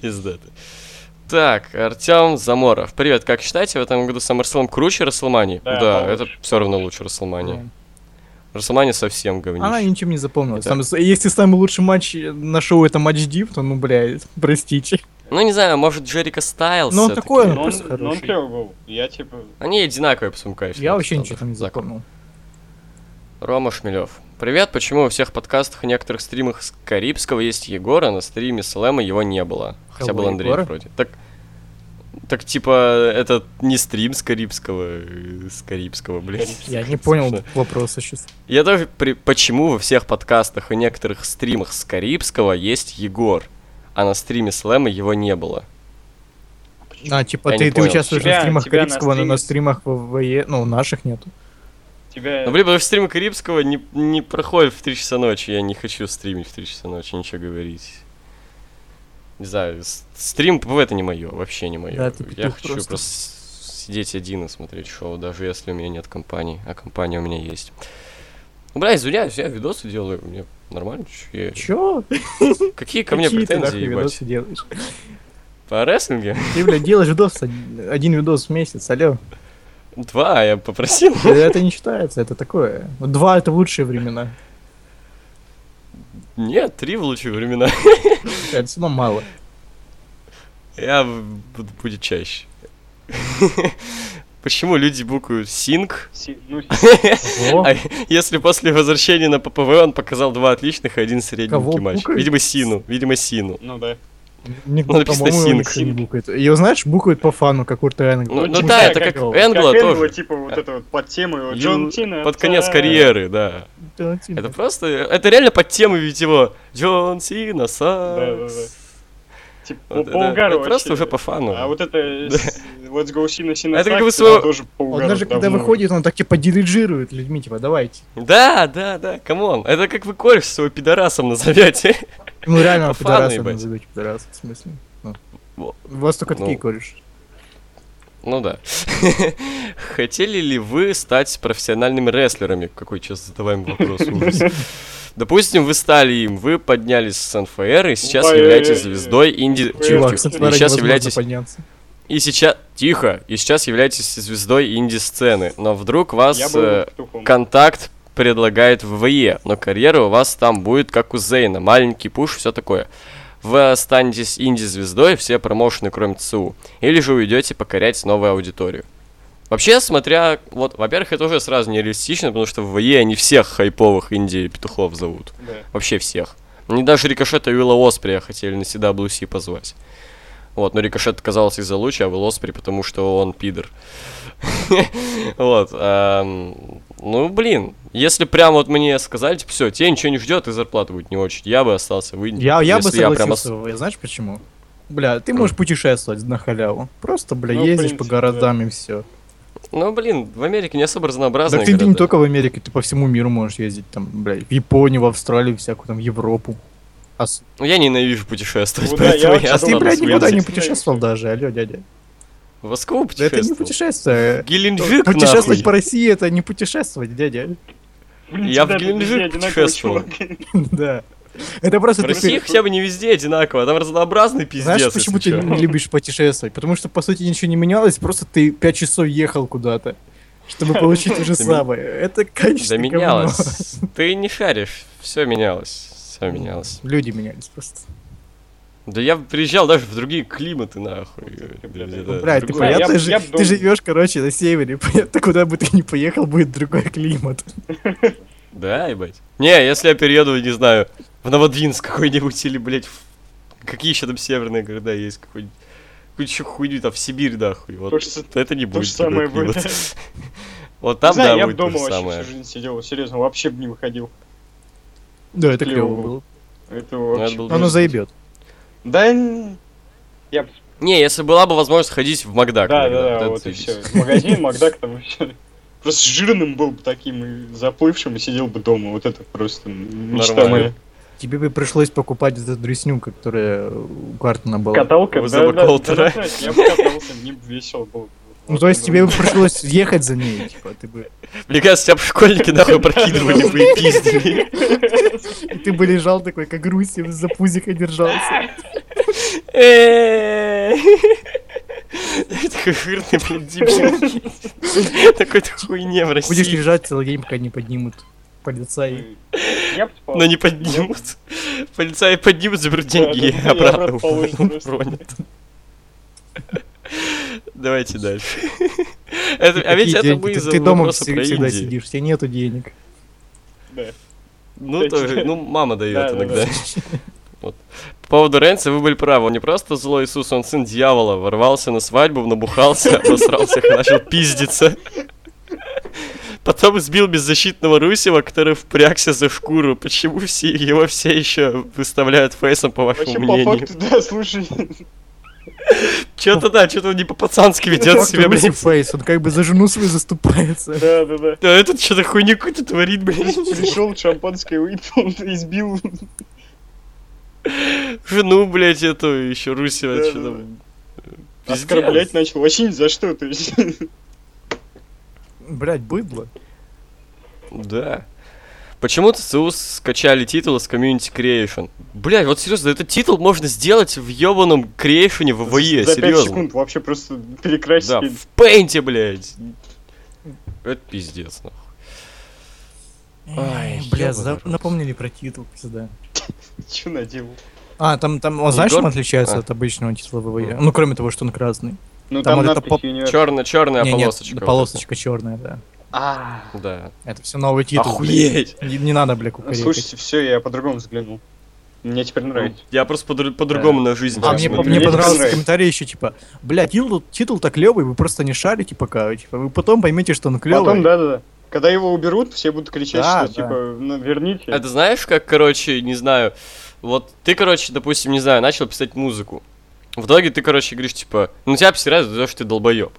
A: Пизда ты. Так, Артем Заморов. Привет, как считаете, в этом году SummerSlam круче Расселмани?
B: Да,
A: Да,
B: получше.
A: это все равно лучше Расселмани. Расселмани совсем
C: Она
A: говнище.
C: ничем не запомнилась.
A: Это-
C: Там, если самый лучший матч на шоу это матч Див, то ну, блядь, простите.
A: Ну, не знаю, может, Джерика Стайлс
C: Ну, он
A: всё-таки.
C: такой,
B: Но он,
C: просто
B: но он
C: хороший.
B: клёвый был. Я типа...
A: Они одинаковые по своему кайфу.
C: Я вообще ничего там не запомнил.
A: Рома Шмелев. Привет, почему во всех подкастах и некоторых стримах с Карибского есть Егора, а на стриме с Лэма его не было? Хотя
C: Кого,
A: был Андрей
C: Егора?
A: вроде. Так, так типа, это не стрим с Карибского, э, с Карибского, блин.
C: Я не понял
A: Смешно.
C: вопроса сейчас.
A: Я тоже, при... почему во всех подкастах и некоторых стримах с Карибского есть Егор, а на стриме с Лэма его не было?
C: А, типа,
A: Я
C: ты,
A: не
C: ты
A: понял.
C: участвуешь
B: Тебя-
C: на стримах
B: тебя на
C: Карибского, но на
B: стриме-
C: стримах ВВЕ, ну, наших нету.
B: Тебя...
A: Ну, блин, потому что стрим Карибского не, не проходит в 3 часа ночи. Я не хочу стримить в 3 часа ночи, ничего говорить. Не знаю, с- стрим в это не мое, вообще не мое.
C: Да, ты
A: я
C: петух
A: хочу
C: просто.
A: просто. с- сидеть один и смотреть шоу, даже если у меня нет компании, а компания у меня есть. Ну, бля, извиняюсь, я видосы делаю, мне нормально. чё я-
C: Чё?
A: Какие ко мне
C: Хм, Какие ты
A: претензии,
C: нахуй
A: ебать?
C: видосы делаешь?
A: По рестлинге?
C: Ты, блядь, делаешь видос, один один видос в месяц, алё.
A: Два, я попросил.
C: Это не считается, это такое. Ну, Два — это лучшие времена.
A: Нет, три в лучшие времена.
C: Это все равно мало.
A: Я в- буду- будет чаще. Почему люди букают синг?
B: Си- Ну,
C: О,
A: А если после возвращения на ППВ он показал два отличных и один
C: Кого
A: средненький матч?
C: букают?
A: Видимо, Сину. Видимо, Сину.
B: ну да.
C: никто,
A: ну, написано
C: по-моему,
A: «Синг».
C: никто не букает. Ее, знаешь, букают по фану, как Урта Энгл.
A: Ну,
B: Ну,
A: ну
B: не
A: да,
B: знаю,
A: это
B: как
A: как
C: его.
A: Энгла
B: Как Энгла,
A: тоже.
B: типа вот
A: Э,
B: это вот под тему
A: Ю-
B: Джон Сина.
A: Под конец
B: да.
A: карьеры, да.
C: типа.
A: Это просто... Это реально под тему ведь его. Джон Сина,
B: Да-да-да.
A: Сакс.
B: Типа по,
A: Вот
B: по
A: это- это
B: угару
A: Просто
B: вообще.
A: уже по фану.
B: А вот это с- Let's Go Сина Сина
A: Это как
B: Сакс,
A: бы своего-
B: тоже по угару.
C: Он даже когда
B: давно.
C: выходит, он так типа дирижирует людьми, типа, давайте.
A: Да, да, да, камон. Это как вы кореш своего пидорасом назовете.
C: Ну
A: По
C: реально
A: фану,
C: пидораса
A: ебать.
C: назовёте, пидораса, в смысле. Ну.
A: Во-
C: У вас только
A: ну.
C: такие кореш.
A: Ну да. Хотели ли вы стать профессиональными рестлерами? Какой сейчас задаваем вопрос ужас. Допустим, вы стали им, вы поднялись с НФР и сейчас
B: Ой,
A: являетесь
B: ой, ой, ой.
A: звездой инди...
B: Чувак,
A: Тихо,
C: Чувак,
A: тихо.
C: с этого
A: И
C: ради
A: сейчас
C: невозможно
A: являетесь...
C: подняться.
A: И сейчас... Тихо. И сейчас являетесь звездой инди-сцены. Но вдруг
B: Я
A: вас
B: был
A: э,
B: петухом.
A: контакт предлагает ВВЕ, но карьера у вас там будет как у Зейна, маленький пуш, все такое. Вы останетесь инди-звездой, все промоушены, кроме ЦУ. Или же уйдете покорять новую аудиторию. Вообще, смотря... Вот, во-первых, это уже сразу нереалистично, потому что в ВЕ они всех хайповых инди-петухов зовут.
B: Да.
A: Вообще всех. Они даже Рикошета и Уилла Осприя хотели на CWC позвать. Вот, но Рикошет отказался из-за луча, а Уилл Оспри, потому что он пидор. Вот. эм, Ну, блин, если прям вот мне сказали, типа, все, тебя ничего не ждет, и зарплата будет не очень, я бы остался в Индии.
C: Я, я бы
A: если я прямо
C: согласился, вы знаешь почему? Бля, ты можешь путешествовать на халяву. Просто, бля,
B: Ну, в
C: ездишь по
B: принципе,
C: городам и все.
A: с- Ну, блин, в Америке не особо
C: Так
A: разнообразные
C: ты не
A: города.
C: только в Америке, ты по всему миру можешь ездить, там, бля, в Японию, в Австралию, всякую, там, в Европу. А с- а
A: Ну, Я ненавижу путешествовать,
B: Ну да,
A: поэтому
B: я вообще
A: я
B: думал,
C: ты,
A: останусь
C: блядь,
A: в
C: никуда
A: Индии.
C: не
B: Индии.
C: путешествовал даже, алё, дядя.
A: В Москву
C: Да это не
A: путешествовал.
C: путешествие.
A: Геленджик,
C: Путешествовать
A: нахуй.
C: по России это не путешествовать, дядя.
B: Блин,
A: Я в
B: тебя тут
A: Геленджик
B: везде одинаковый
A: путешествовал.
B: чувак.
C: Да. Это просто
A: В
C: ты-
A: России хотя бы не везде одинаково, а там разнообразный пиздец.
C: Знаешь,
A: если
C: почему ты
A: чё.
C: не любишь путешествовать? Потому что, по сути, ничего не менялось, просто ты 5 часов ехал куда-то, чтобы получить то же
A: Да ми-
C: самое. Это, конечно,
A: Да
C: говно.
A: менялось. Ты не шаришь. Все менялось. Все менялось.
C: Люди менялись просто.
A: Да я приезжал даже в другие климаты, нахуй.
B: Да,
C: Ну, Блядь, ты
B: другое. Я
C: понятно
B: б-
C: же,
B: я б
C: типа, ты
B: думал.
C: живешь, короче, на севере, понятно, куда бы ты ни поехал, будет другой климат.
A: Да, ебать. Не, если я перееду, не знаю, в Новодвинск какой-нибудь или, блядь, в- какие еще там северные города есть, какой-нибудь какую-нибудь ещё хуйню, там в Сибирь, нахуй. Вот
B: То же-
A: это не
B: То
A: будет.
B: же самое
A: другой
B: будет.
A: климат. Вот там,
B: Не знаю,
A: да,
B: я бы
A: будет то
B: дома
A: же
B: вообще
A: самое.
B: всю жизнь сидел, серьезно, вообще бы не выходил.
C: Да, Ну, это
B: Клево
C: клево
B: было.
C: было.
B: Это
A: это
B: вообще...
A: был
C: Оно
A: Блин.
C: заебет.
B: Да, н- я б-
A: Не, если была бы возможность ходить в Макдак.
B: да,
A: иногда,
B: да, да,
A: это
B: вот и все.
A: заебись.
B: Магазин, Макдак там все. Просто жирным был бы таким и заплывшим и сидел бы дома. Вот это просто мечта
A: Нормально.
B: моя.
C: Тебе бы пришлось покупать эту дресню, которая у Картона была.
B: Каталка,
A: Вы
B: да, да, да,
A: забаколтера.
B: да, знаешь, я бы катался, мне бы весело было.
C: Ну, то есть тебе бы пришлось ехать за ней, типа, ты бы...
A: Мне кажется, тебя бы школьники нахуй прокидывали бы и пиздили.
C: И ты бы лежал такой, как Русев, за пузико держался.
A: Э-э-э. Такой жирный, блин, дебил. Такой-то хуйне в
C: Будешь
A: России.
C: лежать целый день, пока не поднимут полицаи.
B: Я бы спал.
A: Но Ну, не поднимут. Полицаи поднимут, заберут деньги и
B: да, и обратно
A: обратно
B: положат просто.
A: уронят. Давайте дальше. Это- А
C: Какие
A: ведь это
C: деньги?
A: мы
C: Ты-
A: из-за
C: Ты дома
A: вопроса
C: всегда
A: про
C: всегда
A: Индию.
C: сидишь, тебе нету денег.
B: Да.
A: Ну, тоже, ну, мама дает
B: Да, да,
A: иногда. Вот. По поводу Ренца вы были правы, он не просто злой Иисус, он сын дьявола, ворвался на свадьбу, набухался, обосрал всех и начал пиздиться. Потом сбил беззащитного Русева, который впрягся за шкуру. Почему все, его все еще выставляют фейсом, по вашему
B: Вообще, по
A: мнению?
B: факту, да, слушай,
A: Че-то да, что-то он не по-пацански ведет
C: Факт,
B: ну,
A: себя,
C: Луси
A: блин.
C: Фейс, он как бы за жену свою заступается.
B: да-да-да.
A: Да этот что-то хуйню какую-то творит, блин.
B: Пришел, шампанское выпил, избил.
A: Жену, блядь, эту еще Русева.
B: Да,
A: чё-то.
B: да,
A: Пиздец.
B: Оскорблять начал. Вообще ни за что, то есть.
C: Блять, быдло.
A: Да. Почему ЦУ скачали титул с Community Creation? Блять, вот серьезно, этот титул можно сделать в ебаном креейшене в ВВЕ,
B: За пять
A: серьезно.
B: секунд вообще просто
A: Да,
B: перекрасили.
A: в пейнте, блядь. Это пиздец, нахуй. Ай,
C: Ай, бля,
A: ёбаный
C: за-
A: рот.
C: напомнили про титул, пизда.
B: Че наделал?
C: А, там, там, он,
A: Ну,
C: знаешь, чем
A: дор-
C: отличается
A: а.
C: от обычного титула ВВЕ?
A: Мгм.
C: Ну, кроме того, что он красный.
B: Ну
C: Там
B: там,
C: вот это
B: надпись
C: поп-
B: «Юниверс».
A: Черно-черная
C: Не, нет,
A: полосочка. вот эта.
C: полосочка черная, да.
B: А,
A: Да.
C: Это все новый титул. блядь.
A: Охуеть!
C: Не, не надо, бля, кукарекать.
B: Слушайте, все, я по-другому взглянул. Мне теперь нравится.
A: Я просто подру- по-другому на жизнь
C: А
A: так
B: Мне
C: мне, по-
A: смотрю.
C: мне
B: не
C: понравился
B: понравилось.
C: комментарий еще, типа, бля, титул, титул так клевый, вы просто не шарите пока, типа, вы потом поймете, что он клевый.
B: Потом, да-да-да. Когда его уберут, все будут кричать,
C: Да,
B: что
C: да.
B: типа, «Ну, верните.
A: Это знаешь, как, короче, не знаю, вот ты, короче, допустим, не знаю, начал писать музыку. В итоге ты, короче, говоришь, типа, ну тебя обсирают за то, что ты долбоеб.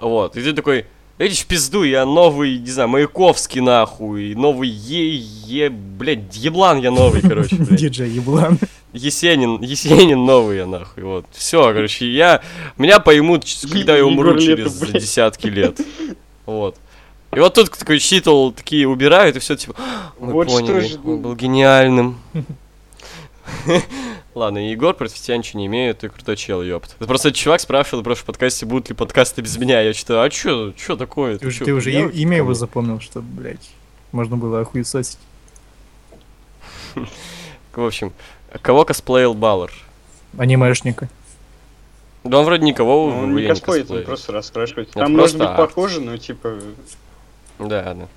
A: Вот. И ты такой, видишь, в пизду, я новый, не знаю, Маяковский нахуй, новый Е, Е, блядь, еблан я новый, короче, блядь.
C: Диджей еблан.
A: Есенин, Есенин новый я нахуй, вот. Все, короче, я, меня поймут, ч- когда я умру
B: Егор Летов,
A: через
B: блядь.
A: десятки лет. Вот. И вот тут такой щитл такие убирают, и все типа, мы
B: Вот что
A: поняли,
B: ж-
A: он был гениальным. Ладно, Егор против тебя ничего не имею, ты крутой чел, ёпт. Это Просто чувак спрашивал в прошлом подкасте, будут ли подкасты без меня. Я что-то, а чё, чё такое?
C: Ты уже-
A: чё,
C: ты уже
A: хуёвый,
C: и- имя его
A: какой-то?»
C: запомнил, что, блядь, можно было охуесосить.
A: В общем, кого косплеил Баллар?
C: Анимешника.
A: Да он вроде никого
B: Ну,
A: в
B: он не
A: VVE не
B: косплеит, он
A: косплеит.
B: просто раскрашивает.
A: Это
B: Там может
A: просто
B: быть
A: акт.
B: похоже, но типа...
A: Да, да.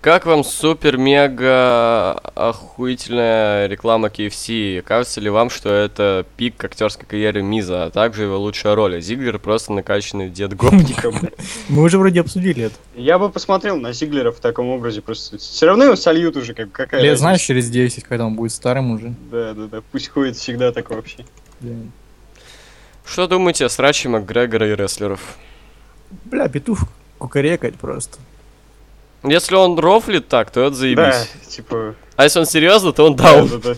A: Как вам супер-мега охуительная реклама KFC? Кажется ли вам, что это пик актерской карьеры Миза, а также его лучшая роль? А Зиглер просто накачанный дед гопник.
C: Мы уже вроде обсудили это.
B: Я бы посмотрел на Сиглера в таком образе, просто все равно его сольют уже, как какая
C: Лет,
B: разница.
C: знаешь, через 10, когда он будет старым уже.
B: Да, да, да, пусть ходит всегда так вообще.
C: Бля,
A: Что думаете о сраче Макгрегора и рестлеров?
C: бля петух кукарекает просто.
A: Если он рофлит так, то это заебись.
B: Да, типа...
A: А если он серьезно, то он
B: Да,
A: даун.
B: да, да.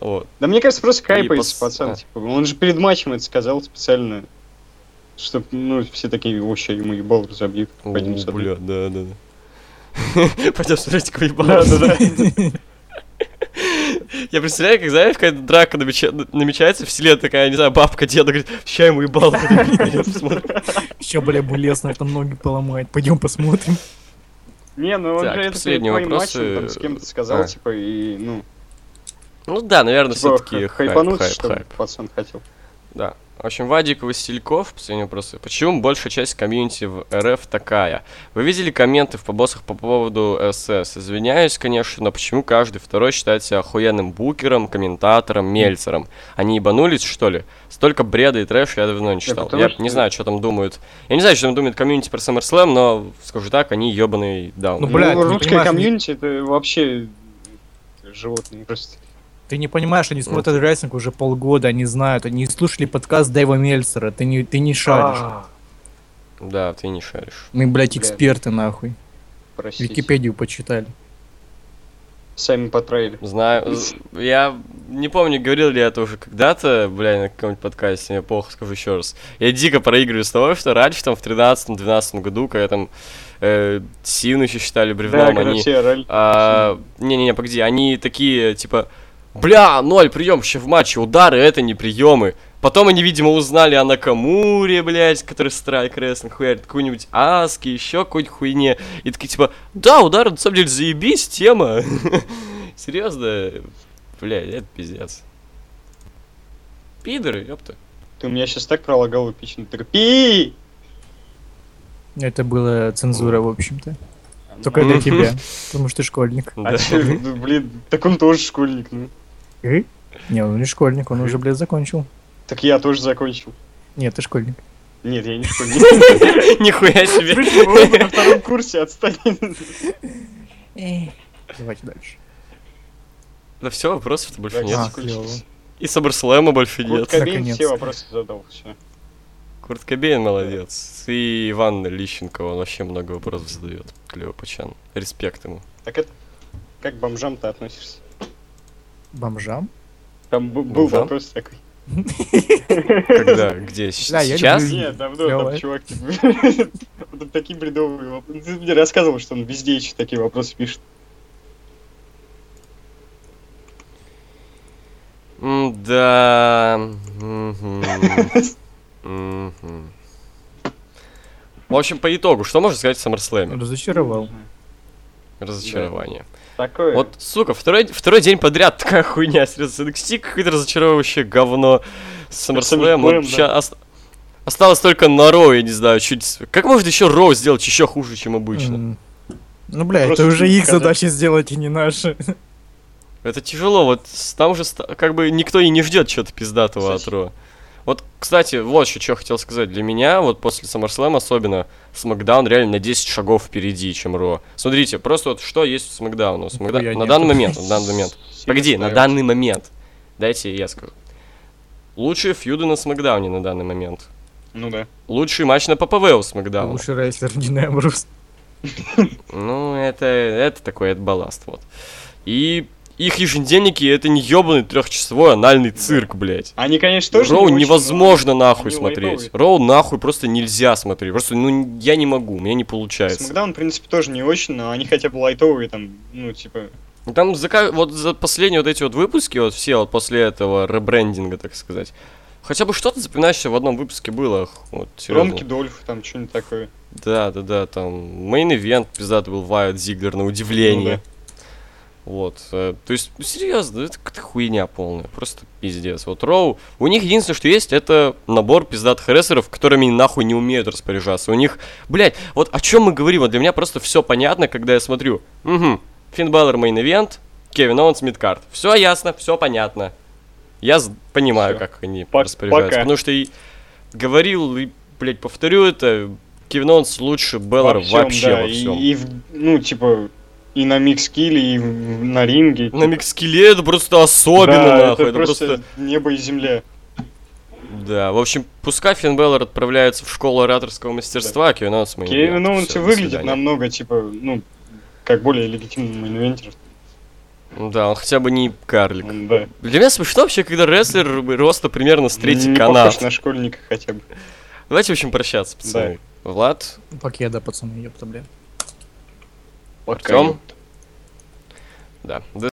A: Вот.
B: Да мне кажется, просто кайпается
A: пац-
B: пацан,
A: а.
B: типа. Он же перед матчем это сказал специально, чтобы, ну, все такие, вообще, ему ебал разобьют.
A: О,
B: Пойдем сюда.
A: бля, да, да, да. Пойдем смотреть, как
B: Да,
A: ебался.
B: да, да.
A: Я представляю, как, знаешь, какая-то драка намеча- намечается, в селе такая, не знаю, бабка, деда говорит, ща ему ебал.
C: Еще, бля, булесно, там ноги поломает. Пойдем посмотрим.
B: Не, ну
A: Так,
B: он же это перед
A: последний
B: твоим
A: вопрос,
B: матчем там
A: э,
B: с кем-то сказал,
A: а.
B: типа, и, ну,
A: Ну да, наверное,
B: типа,
A: все-таки
B: х-
A: хайп,
B: хайпануться,
A: хайп,
B: чтобы
A: хайп.
B: пацан хотел.
A: Да. В общем, Вадик Васильков, последний вопрос. Почему большая часть комьюнити в РФ такая? Вы видели комменты в побосах по поводу СС? Извиняюсь, конечно, но почему каждый второй считает себя охуенным букером, комментатором, мельцером? Они ебанулись, что ли? Столько бреда и трэша я давно не читал.
B: потому
A: я
B: что-
A: не знаю, что там думают. Я не знаю, что там думает комьюнити про SummerSlam, но, скажу так, они ебаные
C: Ну,
A: даун.
C: бля, ты не
B: ну, русская
C: понимаешь,
B: комьюнити это вообще животные просто.
C: Ты не понимаешь, они смотрят рестлинг уже полгода, они знают, они слушали подкаст Дэйва Мельцера, ты не, ты не шаришь.
A: Да, ты не шаришь.
C: Мы, блядь,
B: Блядь.
C: эксперты, нахуй.
B: Простите.
C: Википедию почитали.
B: Сами поправили.
A: Знаю. з- Я не помню, говорил ли я это уже когда-то, бля, на каком-нибудь подкасте, я плохо скажу еще раз. Я дико проигрываю с того, что раньше, там, в 13-12 году, когда там э, Сину еще считали
B: Да,
A: бревном,
B: когда
A: они...
B: все орали.
A: а, Не-не-не, погоди, они такие, типа, бля, ноль прием еще в матче, удары это не приемы. Потом они, видимо, узнали о Накамуре, блядь, который страйк рестлинг хуярит, какую-нибудь Аски, еще какой-нибудь хуйне. И такие, типа, да, удары, на самом деле, заебись, тема. Серьезно, блядь, это пиздец. Пидоры, ёпта.
B: Ты у меня сейчас так пролагал эпично. Ты такой, пи!
C: Это была цензура, в общем-то. Только для тебя. Потому что ты школьник.
B: А чё, ну, блин, так он тоже школьник, ну.
C: Э? Не, он не школьник, он уже, блядь, закончил.
B: Так я тоже закончил.
C: Нет, ты школьник.
B: Нет, я не школьник.
A: Нихуя себе.
B: Вы оба на втором курсе, отстань.
C: Давайте дальше.
A: Да все, вопросов-то больше
B: Да,
A: нет.
C: А,
B: закончил.
C: клёво.
A: И Саберслэма больше
B: Курт
A: нет.
B: Кобейн
C: Наконец-то.
B: все вопросы задал. всё.
A: Курт Кобейн молодец. И Иван Лищенко, он вообще много вопросов задает. Клево пачан. Респект ему.
B: Так это... Как к бомжам ты относишься?
C: Бомжам?
B: Там бу- был
A: Бомжам?
B: вопрос такой.
A: Когда? Где? Щ-
C: Да, я
A: Сейчас?
C: люблю-
B: Нет, давно там
C: Давай.
B: чувак типа, вот он такие бредовые вопросы. Ты мне рассказывал, что он везде еще такие вопросы пишет.
A: Да. В общем, по итогу, что можно сказать о Саммерслэме?
C: Разочаровал.
A: Разочарование.
B: Такое.
A: Вот, сука, второй, второй день подряд такая хуйня с NXT, какое-то разочаровывающее говно с SummerSlam.
B: Саммерслэм,
A: Вот ща ос- Осталось только на Роу, я не знаю, чуть... с- Как может еще Роу сделать еще хуже, чем обычно?
C: М. Ну, бля, это
B: Просто
C: уже
B: не
C: их
B: сказать.
C: задача сделать, и не наши.
A: Это тяжело, вот с- там же ста- как бы никто и не ждет чего-то пиздатого от
B: Кстати.
A: Ро. Вот, кстати, вот еще что хотел сказать. Для меня, вот после SummerSlam особенно, Смакдаун реально на 10 шагов впереди, чем Ро. Смотрите, просто вот что есть у Смакдауна. У Смакда-
C: Нихуя
A: На
C: нет.
A: данный момент, на данный момент.
B: Сильно
A: Погоди, на
B: нравится.
A: данный момент. Дайте я скажу. Лучшие фьюды на Смакдауне на данный момент.
B: Ну да.
A: Лучший матч на ППВ у Смакдауна.
C: Лучший рейслер Динебрус.
A: Ну, это, это такой, это балласт, вот. И их ежедневники это не ебаный трехчасовой анальный цирк, блядь.
B: Они, конечно, тоже...
A: Роу
B: не очень,
A: невозможно нахуй
B: они
A: смотреть.
B: лайтовые.
A: Роу нахуй просто нельзя смотреть. Просто, ну, н- я не могу, у меня не
B: но
A: получается.
B: Смакдаун, в принципе, тоже не очень, но они хотя бы лайтовые там, ну, типа...
A: Ну, Там за, ка- вот за последние вот эти вот выпуски, вот все вот после этого ребрендинга, так сказать, хотя бы что-то запоминающее в одном выпуске было. х- Вот, серьезно.
B: Ромки Дольф, там, что-нибудь такое.
A: Да, да, да, там мейн-ивент пиздатый был Вайт Зиглер на удивление.
B: Ну да.
A: Вот, э, то есть, ну, серьезно, это какая-то хуйня полная, просто пиздец. Вот Роу, у них единственное, что есть, это набор пиздатых рестлеров, которыми они нахуй не умеют распоряжаться. У них, блять, вот о чем мы говорим, вот для меня просто все понятно, когда я смотрю. Угу, Финн Баллер мейн-ивент, Кевин Оуэнс мидкарт. Все ясно, все понятно. Я з- понимаю,
B: Всё.
A: как они
B: Пок-
A: распоряжаются,
B: пока.
A: потому что и говорил, и, блять, повторю это, Кевин Оуэнс лучше Беллара
B: всём,
A: вообще
B: да,
A: во
B: и-
A: всем.
B: И, в- ну, типа, и на микс-килле, и в- на ринге.
A: На микскеле это просто особенно,
B: Да,
A: нахуй.
B: это,
A: Это
B: просто,
A: просто...
B: небо и земля.
A: Да, в общем, пускай Финн Беллар отправляется в школу ораторского мастерства, а Кевин Оуэнс мы не
B: Кевин
A: берем.
B: Оуэнс
A: Всё, до
B: ну, выглядит
A: свидания.
B: намного, типа, ну, как более легитимный мейн-инвентер.
A: Да, он хотя бы не карлик.
B: Он, Ну, Да.
A: Для меня смешно вообще, когда рестлер роста примерно с третий
B: Не
A: канат.
B: похож на школьника хотя бы.
A: Давайте, в общем, прощаться, пацаны. Влад,
C: Пока да, пацаны, ёпта, бля.
A: Артём. Да. До